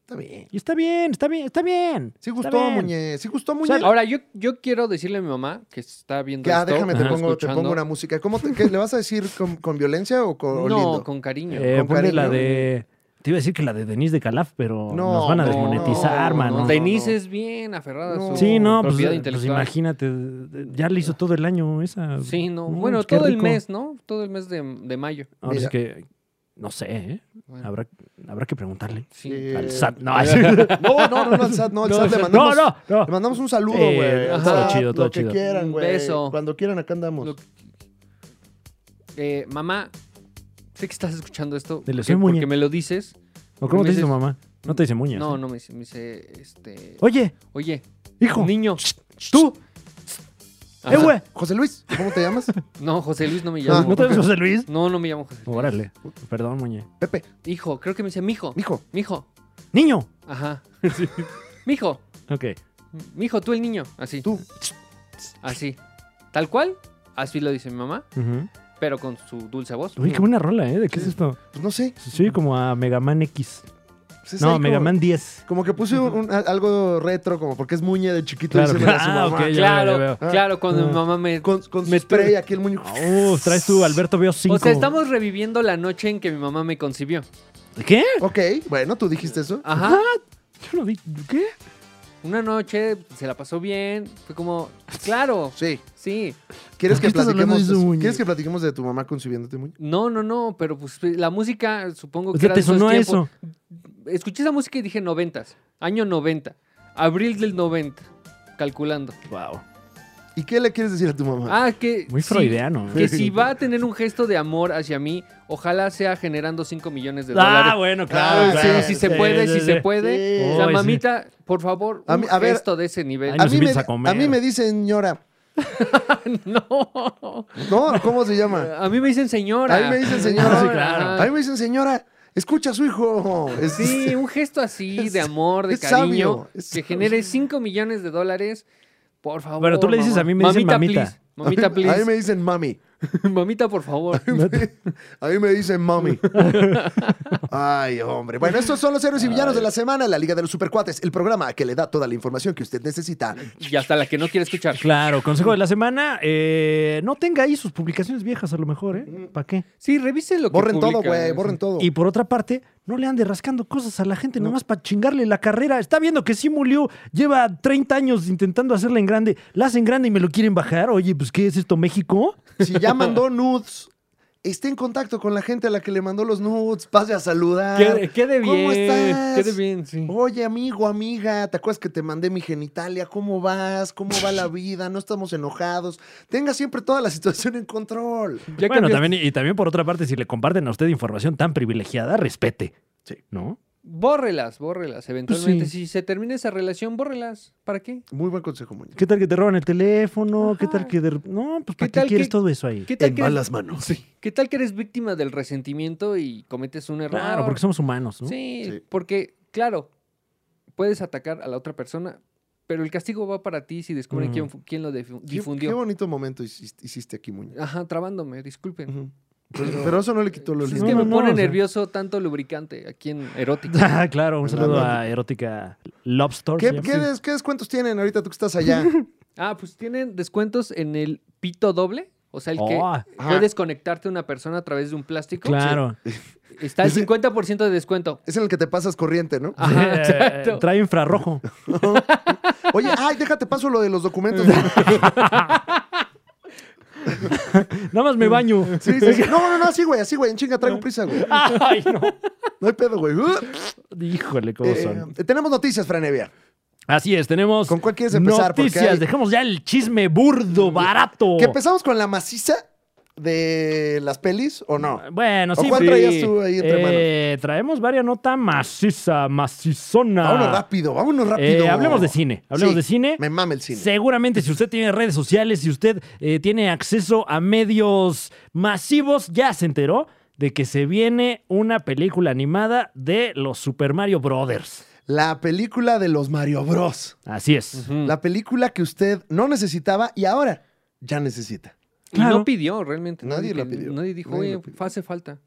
S2: está bien.
S3: Y está bien, está bien, está bien.
S2: Sí
S3: está
S2: gustó,
S3: bien.
S2: Muñe. Sí gustó, Muñe.
S3: sea,
S1: Ahora, yo, yo quiero decirle a mi mamá que está viendo
S2: Ya,
S1: esto,
S2: déjame, te
S1: está
S2: pongo, te pongo
S1: escuchando.
S2: una música. ¿Cómo te- qué, ¿Le vas a decir con, con violencia o con o
S1: No,
S2: lindo?
S1: con cariño.
S3: Eh,
S2: Con
S3: ponle
S2: cariño.
S3: la de. Te iba a decir que la de Denise de Calaf, pero
S2: No,
S3: nos van a
S2: no,
S3: desmonetizar,
S2: no,
S3: mano.
S2: no.
S1: Denise es bien aferrada a
S2: No.
S1: su
S3: sí, no, pues,
S1: propiedad
S3: pues
S1: intelectual.
S3: imagínate. Ya le hizo todo el año esa.
S1: Sí, no.
S3: No,
S1: Bueno,
S3: pues, qué
S1: todo el
S3: rico.
S1: mes, ¿no? Todo el mes de, de mayo.
S3: Ahora sí
S2: Mira.
S3: que. No sé, ¿eh?
S1: Bueno,
S3: Habrá, habrá que preguntarle.
S1: sí.
S2: Eh,
S3: Al SAT. No, así-
S2: No, no, no, no, al SAT, no, al
S3: No,
S2: SAT le
S3: no,
S2: mandamos,
S3: no, no.
S2: Le mandamos un saludo,
S3: Eh,
S2: güey. al
S1: todo
S2: SAT,
S3: chido, todo
S2: lo que
S3: chido.
S2: quieran,
S1: Un
S2: güey.
S1: beso.
S2: Cuando quieran, acá andamos.
S1: Lo- Eh, mamá, sé que estás escuchando esto
S3: Dile,
S1: porque,
S3: soy Muñe.
S1: porque me lo dices.
S3: ¿O cómo
S1: Me
S3: te dice tu
S1: dices-
S3: mamá? No te dice Muñoz.
S1: No, no me dice, me dice, este...
S3: Oye,
S1: Oye,
S3: hijo,
S1: niño,
S3: tú,
S1: Ajá.
S3: eh, güey. Ah,
S2: José Luis, ¿cómo te llamas?
S1: No, José Luis no me
S2: No,
S1: llama.
S3: ¿No te ves José Luis?
S1: No, no me llamo José Luis.
S3: Órale. Perdón, Muñe.
S2: Pepe,
S1: Hijo, creo que me dice mijo.
S2: mijo.
S1: Mijo.
S3: ¡Niño!
S1: Ajá. Sí. Mijo.
S3: Ok.
S1: Mijo, tú el niño. Así.
S2: Tú.
S1: Así. Tal cual. Así lo dice mi mamá,
S3: Ujú.
S1: pero con su dulce voz.
S3: Uy, qué buena rola, ¿eh? ¿De qué es esto?
S2: Pues no sé.
S3: Sí, como a Megaman X.
S2: pues es ahí
S3: No,
S2: como-
S3: Megaman 10.
S2: Como que puse un- un- a- algo retro, como porque es muñe de chiquito
S3: Claro.
S2: diciéndole a su
S3: Ah,
S2: mamá.
S3: ok. ya veo,
S1: claro,
S3: ya
S2: veo.
S1: claro, cuando
S3: Ah.
S1: mi mamá me...
S2: Con, con su
S1: Me-
S2: spray aquí el muñeco.
S3: Uh, traes tú, Alberto Veo 5.
S1: O sea, estamos reviviendo la noche en que mi mamá me concibió.
S3: ¿Qué?
S2: Ok, bueno, tú dijiste eso.
S1: Ajá.
S3: Yo no di- ¿Qué?
S1: Una noche se la pasó bien. Fue como, claro,
S2: Sí.
S1: sí.
S2: ¿Quieres
S3: ¿Por qué
S2: que,
S3: estás hablando de
S2: platiquemos,
S3: eso, Muñe?
S2: ¿Quieres que platiquemos de tu mamá concibiéndote, muñe?
S1: No, no, no, pero pues la música supongo
S3: O
S1: que
S3: sea,
S1: era
S3: te
S1: de esos
S3: sonó a
S1: tiempos.
S3: eso.
S1: Escuché esa música y dije noventas, año 90. Abril del 90, calculando.
S3: Wow.
S2: ¿Y qué le quieres decir a tu mamá?
S1: Ah, que.
S3: Muy
S1: sí,
S3: freudiano.
S1: Que si va a tener un gesto de amor hacia mí, ojalá sea generando 5 millones de
S3: Ah,
S1: dólares.
S3: bueno, claro.
S2: Ah,
S1: Sí,
S3: claro.
S1: si se puede,
S3: sí,
S1: si
S3: sí,
S1: se
S3: sí.
S1: puede.
S3: Sí.
S1: O sea,
S3: Ay, sí.
S1: mamita, por favor,
S2: A
S1: un
S2: mí- a ver.
S1: gesto de ese nivel.
S3: Ay, no. nos
S2: mí me,
S3: invitas a comer.
S2: a mí me dicen señora.
S1: no.
S2: No, ¿cómo se llama?
S1: Ah, A mí me dicen señora.
S2: A mí me dicen señora.
S3: Sí, claro.
S1: ajá.
S2: A mí me dicen señora, escucha a su hijo. Es-
S1: Sí, un gesto así de amor, de
S2: es
S1: cariño,
S2: sabio, es
S1: que
S2: sabio.
S1: genere 5 millones de dólares. Por favor.
S3: Pero tú le dices, a mí me dicen
S1: mamita.
S3: mamita.
S1: please. Mamita,
S2: a, mí, a mí
S1: please.
S2: me dicen mami.
S1: Mamita, por favor.
S2: A mí me dicen mami. Ay, hombre. Bueno, estos son los héroes y villanos de la semana, la Liga de los Supercuates, el programa que le da toda la información que usted necesita.
S1: Y hasta la que no quiere escuchar.
S3: Claro, consejo de la semana, eh, no tenga ahí sus publicaciones viejas a lo mejor,
S1: Mm.
S3: ¿eh? ¿Para qué?
S1: Sí, revisen lo que
S2: Borren todo,
S1: publican.
S2: güey, borren todo.
S3: Y por otra parte, no le ande rascando cosas a la gente nomás para chingarle la carrera. Está viendo que Simu Liu lleva 30 años intentando hacerla en grande, la hacen grande y me lo quieren bajar. Oye, pues ¿qué es esto, México?
S2: Si ya mandó nudes, esté en contacto con la gente a la que le mandó los nudes, pase a saludar.
S1: Quede, quede bien.
S2: ¿Cómo estás?
S1: Quede bien, sí.
S2: Oye, amigo, amiga, ¿te acuerdas que te mandé mi genitalia? ¿Cómo vas? ¿Cómo va la vida? No estamos enojados. Tenga siempre toda la situación en control.
S1: Ya
S3: bueno,
S1: cambiaste.
S3: también, y también por otra parte, si le comparten a usted información tan privilegiada, respete.
S2: Sí.
S3: ¿No?
S1: Bórrelas, bórrelas. Eventualmente,
S3: Pues sí.
S1: si se termina esa relación, bórrelas. ¿Para qué?
S2: Muy buen consejo, Muñoz.
S3: ¿Qué tal que te roban el teléfono? ¿Qué
S1: Ajá.
S3: tal que de... No, pues
S1: ¿Qué
S3: ¿para qué,
S1: tal
S3: quieres
S1: que-
S3: todo eso ahí?
S1: ¿Qué tal,
S2: En
S1: que eres,
S2: malas manos.
S1: qué tal que eres víctima del resentimiento y cometes un error?
S3: Claro, porque somos humanos, ¿no?
S1: Sí,
S2: Sí.
S1: porque, claro, puedes atacar a la otra persona, pero el castigo va para ti si descubren
S3: Ujú.
S1: quién, fu- quién lo difu-
S2: Qué, qué
S1: difundió.
S2: bonito momento hiciste, hiciste aquí, Muñoz.
S1: Ajá, trabándome, disculpen.
S2: Ujú. Pero, pero eso no le quitó lo
S1: Pues es
S2: lindo.
S1: que
S3: No,
S1: me
S3: no, no,
S1: pone
S3: o sea.
S1: nervioso tanto lubricante aquí en Erótica.
S3: Ah, claro, un saludo
S2: Claro.
S3: a Erótica Love Store.
S2: ¿Qué,
S3: se llama.
S2: qué des- qué descuentos tienen ahorita tú que estás allá?
S1: ah, pues tienen descuentos en el pito doble. O sea, el que
S3: Oh,
S1: puedes conectarte a una persona a través de un plástico.
S3: claro.
S1: Está el
S2: Ese-
S1: 50% de descuento.
S2: Es en el que te pasas corriente, ¿no?
S1: Ajá,
S3: Eh,
S1: exacto.
S3: Trae infrarrojo.
S2: Oye, ay, déjate paso lo de los documentos.
S3: Nada más me baño.
S2: Sí, sí, sí. No, no, no, así, güey, así, güey. En chinga, traigo prisa, güey.
S3: Ay, no.
S2: No hay pedo, güey. Uh,
S3: Híjole, cómo
S2: eh,
S3: son.
S2: tenemos noticias, Franevia.
S3: Así es, tenemos.
S2: ¿Con cuál quieres empezar? Porque
S3: Noticias.
S2: hay-
S3: Dejemos ya el chisme burdo, barato.
S2: ¿Que empezamos con la maciza de las pelis o no?
S3: Bueno,
S2: ¿O
S3: sí.
S2: cuál
S3: sí.
S2: traías tú ahí entre manos?
S3: Eh, Traemos varias nota maciza, macizona.
S2: Vámonos rápido, vámonos
S3: Eh,
S2: rápido.
S3: hablemos de cine. Hablemos
S2: Sí,
S3: de cine.
S2: Me mama el cine.
S3: Seguramente si usted tiene redes sociales, si usted eh, tiene acceso a medios masivos, ya se enteró de que se viene una película animada de los Super Mario Brothers.
S2: La película de los Mario Bros.
S3: Así es.
S1: Ujú.
S2: La película que usted no necesitaba y ahora ya necesita.
S1: Y
S3: Claro.
S1: no pidió realmente.
S2: Nadie la
S1: que-
S2: pidió.
S1: Nadie dijo,
S2: Nadie
S1: oye,
S2: la pidió.
S1: hace falta.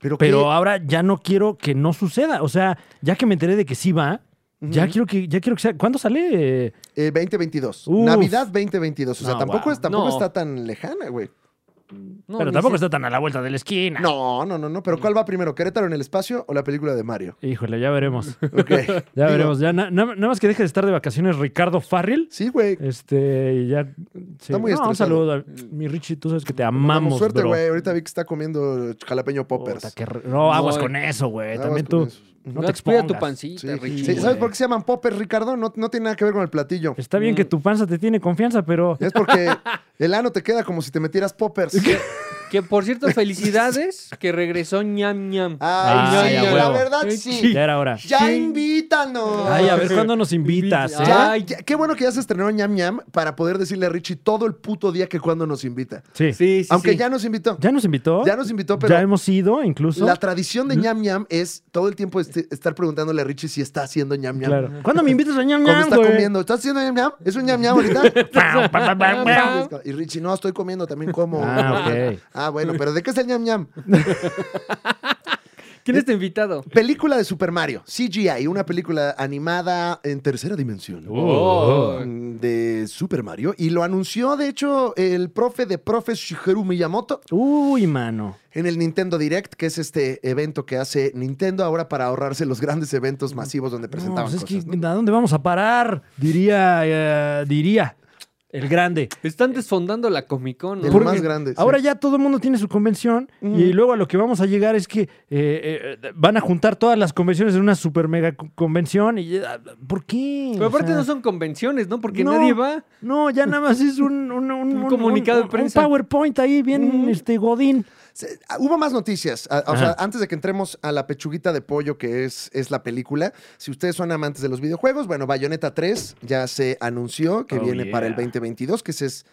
S2: Pero, qué-
S3: Pero ahora ya no quiero que no suceda. O sea, ya que me enteré de que sí va, ya quiero que, ya quiero que sea. ¿Cuándo sale? Eh,
S2: eh, 2022.
S3: Uf.
S2: Navidad 2022. O sea,
S3: No,
S2: tampoco,
S3: wow.
S2: es- tampoco
S1: No.
S2: está tan lejana, güey.
S1: No,
S3: Pero
S1: ni
S3: tampoco
S1: se-
S3: está tan a la vuelta de la esquina.
S2: No, no, no, no.
S3: Mm.
S2: Pero ¿cuál va primero? ¿Querétaro en el espacio o la película de Mario?
S3: Híjole, ya veremos.
S2: Ok.
S3: Ya
S2: Digo,
S3: veremos. Ya na- na- nada más que deje de estar de vacaciones Ricardo Farrell.
S2: Sí, güey.
S3: Este, y ya. sí.
S2: Está muy
S3: no, un
S2: estresado.
S3: saludo. a- Mi Richie, tú sabes que te
S2: Vamos,
S3: amamos.
S2: suerte,
S3: bro.
S2: güey. Ahorita vi que está comiendo jalapeño poppers.
S3: Puta, qué re- No, aguas
S1: No,
S3: con eso, güey.
S2: aguas
S3: También
S2: con
S3: tú.
S2: eso.
S3: No
S1: No, cuida
S3: te expongas.
S1: tu pancita,
S2: Sí,
S1: Richie,
S2: sí, ¿Sabes
S1: güey.
S2: por qué se llaman poppers, Ricardo? No, no tiene nada que ver con el platillo.
S3: Está bien que tu panza te tiene confianza, pero.
S2: Es porque el ano te queda como si te metieras poppers.
S1: Que por cierto, felicidades que regresó ñam ñam.
S2: Ah,
S3: Ay,
S2: Ay,
S3: a
S2: sí, la
S3: huevo.
S2: verdad sí.
S3: Ya era hora.
S2: Ya invítanos.
S3: Ay, a ver cuándo nos invitas.
S1: Ay,
S3: eh?
S2: Ya, ya- qué bueno que ya se estrenó ñam ñam para poder decirle a Richie todo el puto día que cuando nos invita.
S3: Sí.
S1: Sí, sí,
S2: Aunque
S1: sí.
S2: ya nos invitó.
S3: ¿Ya nos invitó?
S2: Ya nos invitó, pero
S3: Ya hemos ido, incluso.
S2: la tradición de ñam ñam es todo el tiempo este- estar preguntándole a Richie si está haciendo ñam ñam.
S3: Claro. ¿Cuándo me invitas a ñam
S2: Cuando
S3: ñam,
S2: está
S3: güey?
S2: comiendo, ¿estás haciendo ñam ñam? ¿Es un ñam ñam ahorita?
S3: Pam, pam, pam, pam, pam.
S1: Ah.
S2: Y Richie, no, estoy comiendo, también como.
S3: Ah, ok.
S2: Ah, bueno, pero ¿de qué es el ñam ñam?
S1: ¿Quién está invitado?
S2: Película de Super Mario, CGI, una película animada en tercera dimensión.
S3: Oh.
S2: Mm, De Super Mario. Y lo anunció, de hecho, el profe de profes Shigeru Miyamoto
S3: Uy, mano.
S2: en el Nintendo Direct, que es este evento que hace Nintendo ahora para ahorrarse los grandes eventos masivos donde
S3: No,
S2: presentaban
S3: pues es
S2: cosas.
S3: que,
S2: ¿no?
S3: ¿a dónde vamos a parar? Diría, eh, diría. El grande.
S1: Están desfondando la Comic Con. ¿no?
S2: El
S3: Porque
S2: más grande, sí.
S3: Ahora ya todo el mundo tiene su convención y luego a lo que vamos a llegar es que eh, eh, van a juntar todas las convenciones en una super mega co- convención y eh, ¿por qué?
S1: Pero
S3: O
S1: aparte
S3: sea,
S1: no son convenciones, ¿no? Porque
S3: no.
S1: nadie va.
S3: No, ya nada más es un, un- un-
S1: Un comunicado de
S3: un-
S1: prensa.
S3: un PowerPoint ahí bien este godín.
S2: Se- ah, hubo más noticias. Ah, o sea,
S3: Ajá.
S2: antes de que entremos a la pechuguita de pollo que es, es la película, si ustedes son amantes de los videojuegos, bueno, Bayonetta 3 ya se anunció que
S3: Oh,
S2: viene para el
S3: yeah.
S2: 2022, que ese es,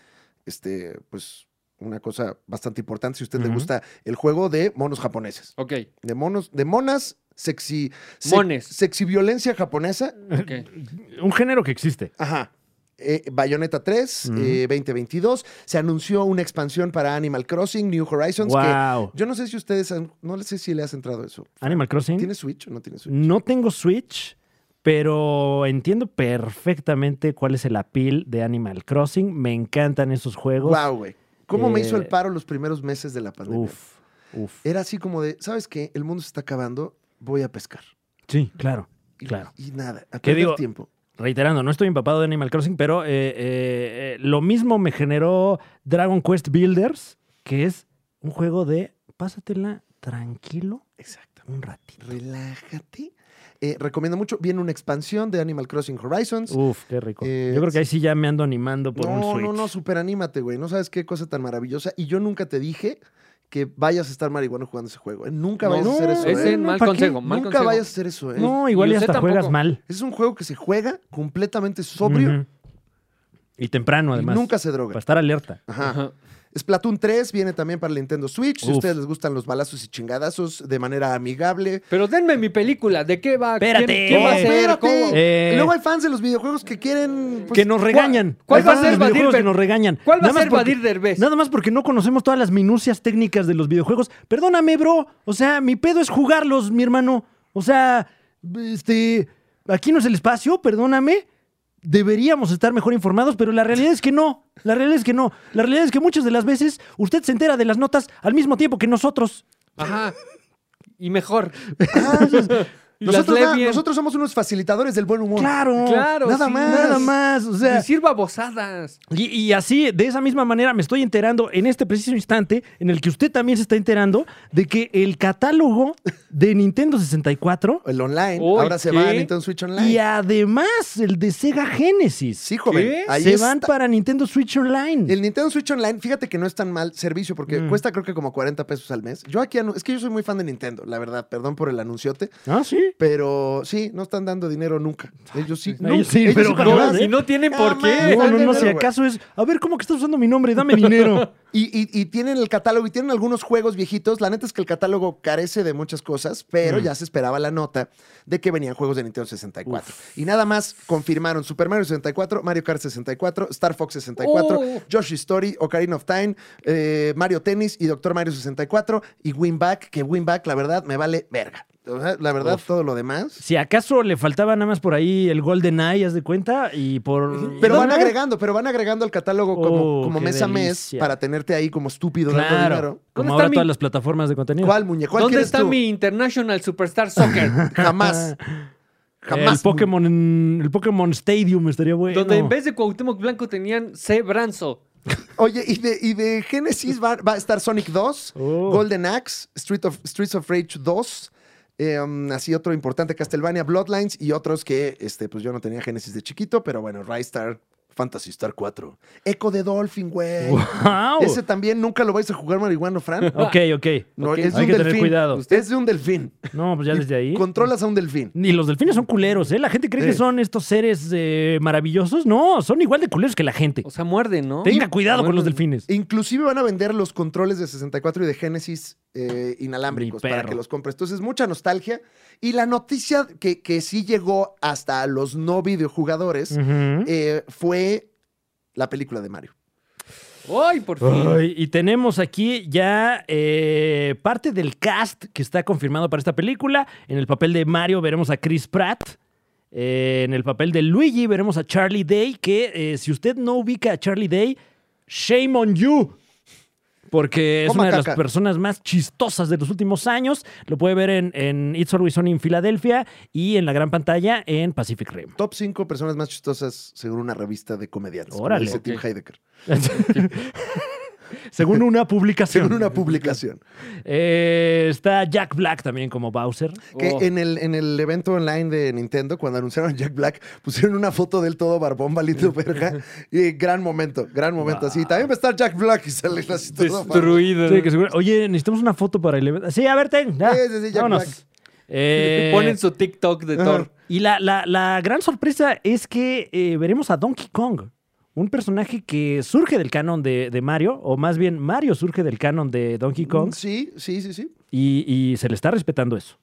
S2: este, pues, una cosa bastante importante si a usted le
S3: Ujú.
S2: gusta el juego de monos japoneses.
S1: Ok,
S2: De monos, de monas sexy... se-
S1: Mones.
S2: Sexy violencia japonesa.
S1: ok.
S3: Un género que existe.
S2: Ajá. Eh, Bayonetta 3,
S3: Ujú.
S2: eh, 2022. Se anunció una expansión para Animal Crossing, New Horizons, que
S3: Wow.
S2: yo no sé si ustedes, han- no le sé si le has entrado eso.
S3: Animal Crossing.
S2: ¿Tiene Switch o no tiene Switch?
S3: No tengo Switch, pero entiendo perfectamente cuál es el appeal de Animal Crossing. Me encantan esos juegos.
S2: Wow, güey. ¿Cómo me hizo el
S3: Eh,
S2: paro los primeros meses de la pandemia?
S3: Uf, uf.
S2: Era así como de, ¿sabes qué? El mundo se está acabando, voy a pescar.
S3: Sí, claro,
S2: Y,
S3: claro.
S2: Y nada, a
S3: ¿Qué
S2: perder
S3: digo?
S2: tiempo.
S3: Reiterando, no estoy empapado de Animal Crossing, pero eh, eh, eh, lo mismo me generó Dragon Quest Builders, que es un juego de pásatela tranquilo
S2: Exacto.
S3: un ratito.
S2: Relájate. Eh, recomiendo mucho. Viene una expansión de Animal Crossing Horizons.
S3: Uf, qué rico.
S2: Eh,
S3: Yo creo que ahí sí ya me ando animando Uh, por un
S2: no,
S3: Switch.
S2: no, no, super anímate, güey. No sabes qué cosa tan maravillosa. Y yo nunca te dije que vayas a estar marihuana jugando ese juego. ¿eh? Nunca vayas a hacer eso.
S1: Ese
S2: ¿eh?
S1: es mal
S3: ¿pa' qué?
S1: consejo, mal
S2: Nunca
S1: consejo.
S2: vayas a hacer eso, ¿eh?
S3: No, igual
S1: Y
S3: y
S1: usted
S3: hasta juegas
S1: tampoco.
S3: mal.
S2: Es un juego que se juega completamente sobrio
S3: Ujú. Y temprano,
S2: y
S3: además. pues
S2: nunca se droga.
S3: Para estar alerta.
S2: Ajá.
S1: Ajá.
S2: Splatoon 3 viene también para el Nintendo Switch. Si a
S3: Uf.
S2: ustedes les gustan los balazos y chingadazos de manera amigable.
S1: Pero denme mi película, ¿de qué va? ¿Quién-
S3: Espérate.
S1: ¿Quién va a
S2: ¡Oh,
S1: ser?
S2: espérate!
S1: ¿Cómo?
S3: Eh.
S2: Luego hay fans de los videojuegos que quieren. pues,
S3: que nos regañan.
S1: cuál
S3: Hay
S1: va a
S3: fans
S1: ser
S3: de los
S1: Badir
S3: videojuegos
S1: Ber-
S3: que nos regañan?
S1: ¿Cuál va a
S3: Nada más
S1: ser
S3: porque-
S1: Badir Derbez?
S3: Nada más porque no conocemos todas las minucias técnicas de los videojuegos. Perdóname, bro. O sea, mi pedo es jugarlos, mi hermano. O sea, este. Aquí no es el espacio, perdóname. Deberíamos estar mejor informados, pero la realidad es que no. La realidad es que no. La realidad es que muchas de las veces usted se entera de las notas al mismo tiempo que nosotros.
S1: Ajá. Y mejor.
S2: ah, sí.
S1: Y
S2: nosotros,
S1: las lee
S2: na-
S1: bien.
S2: nosotros somos unos facilitadores del buen humor.
S3: Claro.
S1: Claro,
S2: nada
S1: sí.
S2: más.
S3: Nada más. O sea.
S1: Y sirva bozadas.
S3: Y, y así, de esa misma manera, me estoy enterando en este preciso instante en el que usted también se está enterando de que el catálogo de Nintendo 64
S2: El online.
S1: Uy,
S2: ahora se
S1: ¿qué?
S2: va a Nintendo Switch Online.
S3: y además el de Sega Genesis
S2: Sí, joven.
S1: ¿Qué?
S2: Ahí
S3: se
S2: está.
S3: van para Nintendo Switch Online.
S2: El Nintendo Switch Online, fíjate que no es tan mal servicio porque
S3: Mm.
S2: cuesta creo que como 40 pesos al mes. Yo aquí, anu- es que yo soy muy fan de Nintendo, la verdad, perdón por el anunciote,
S3: Ah, sí.
S2: pero sí, no están dando dinero nunca. Ellos sí. ¿eh?
S3: Ellos
S2: nunca.
S3: sí, pero
S2: para
S1: No,
S3: jamás,
S2: nada.
S1: y no tienen por
S2: Jamás.
S1: qué.
S3: No, no, no, si
S2: güey.
S3: acaso es. A ver, ¿cómo que estás usando mi nombre? Dame dinero.
S2: Y, y- y tienen el catálogo y tienen algunos juegos viejitos. La neta es que el catálogo carece de muchas cosas, pero
S3: Mm.
S2: ya se esperaba la nota de que venían juegos de Nintendo 64. Y nada más confirmaron Super Mario 64, Mario Kart 64, Star Fox 64,
S3: Uh.
S1: Oh.
S2: Yoshi Story, Ocarina of Time, eh, Mario Tennis y Doctor Mario 64 y Win Back, que Win Back, la verdad, me vale verga. O sea, La verdad, todo lo demás.
S3: Si acaso le faltaba nada más por ahí el Golden Eye, haz de cuenta, y por.
S2: Pero
S3: ¿no?
S2: van agregando, pero van agregando al catálogo como,
S3: Oh,
S2: como
S3: qué
S2: mes a mes
S3: delicia.
S2: para tenerte ahí como estúpido dando
S3: Claro.
S2: dinero.
S1: ¿Dónde
S3: Como ahora
S1: está mi-
S3: todas las plataformas de contenido.
S2: ¿Cuál muñeco? ¿Cuál
S1: ¿Dónde
S2: quieres
S1: está
S2: tú?
S1: mi International Superstar Soccer?
S2: Jamás. Jamás.
S3: Ah. El Pokémon, en- el Pokémon Stadium estaría bueno.
S1: Donde en vez de Cuauhtémoc Blanco tenían C. Branzo.
S2: Oye, y de, y de Genesis va, va a estar Sonic 2,
S3: Oh.
S2: Golden Axe, Street of, Streets of Rage 2. eh, um, así otro importante, Castlevania Bloodlines y otros que este, pues yo no tenía Genesis de chiquito, pero bueno, Rise Star, Fantasy Star 4, Echo de Dolphin, güey.
S3: ¡Wow!
S2: Ese también nunca lo vais a jugar marihuano, Fran.
S3: Ok, ok.
S2: No,
S1: Ok.
S2: es de un
S3: Hay que tener
S2: delfín.
S3: cuidado.
S2: Es de un delfín.
S3: No, pues ya
S2: Y
S3: desde ahí.
S2: Controlas a un delfín.
S3: Ni los delfines son culeros, ¿eh? La gente cree
S2: Sí.
S3: que son estos seres eh, maravillosos. No, son igual de culeros que la gente.
S1: O sea, muerde, ¿no?
S3: Tenga cuidado con los
S1: Muerden.
S3: delfines.
S2: Inclusive van a vender los controles de 64 y de Genesis eh, inalámbricos
S3: Mi perro.
S2: para que los compres. Entonces, mucha nostalgia. Y la noticia que, que sí llegó hasta los no videojugadores
S3: Ujú.
S2: eh, fue la película de Mario.
S1: ¡Ay, por fin!
S3: Ay, y tenemos aquí ya eh, parte del cast que está confirmado para esta película. En el papel de Mario veremos a Chris Pratt. Eh, en el papel de Luigi veremos a Charlie Day, que eh, si usted no ubica a Charlie Day, shame on you. porque es
S2: Coma
S3: una de las
S2: caca.
S3: personas más chistosas de los últimos años. Lo puede ver en, en It's Always Sunny en Filadelfia y en la gran pantalla en Pacific Rim.
S2: Top 5 personas más chistosas según una revista de comediantes. como
S3: Órale.
S2: Dice Tim
S1: Ok.
S2: Heidecker.
S3: Según una publicación.
S2: Según una publicación.
S3: Eh, está Jack Black también como Bowser.
S2: Que
S1: Oh.
S2: en, el, en el evento online de Nintendo, cuando anunciaron a Jack Black, pusieron una foto del todo barbón, valido verga. Y gran momento, gran momento. Así, también va a estar Jack Black y sale así todo barbón.
S1: Destruido.
S3: Sí, que seguro- Oye, necesitamos una foto para el evento. Sí, a ver, ten. ya.
S2: Sí, sí, sí, Jack
S3: Vámonos.
S2: Black.
S3: Eh,
S1: Ponen su TikTok de Thor.
S3: Y la, la- la gran sorpresa es que eh, veremos a Donkey Kong, un personaje que surge del canon de, de Mario, o más bien Mario surge del canon de
S2: Mm.
S3: Donkey Kong,
S2: Sí, sí, sí, sí.
S3: y, y se le está respetando eso.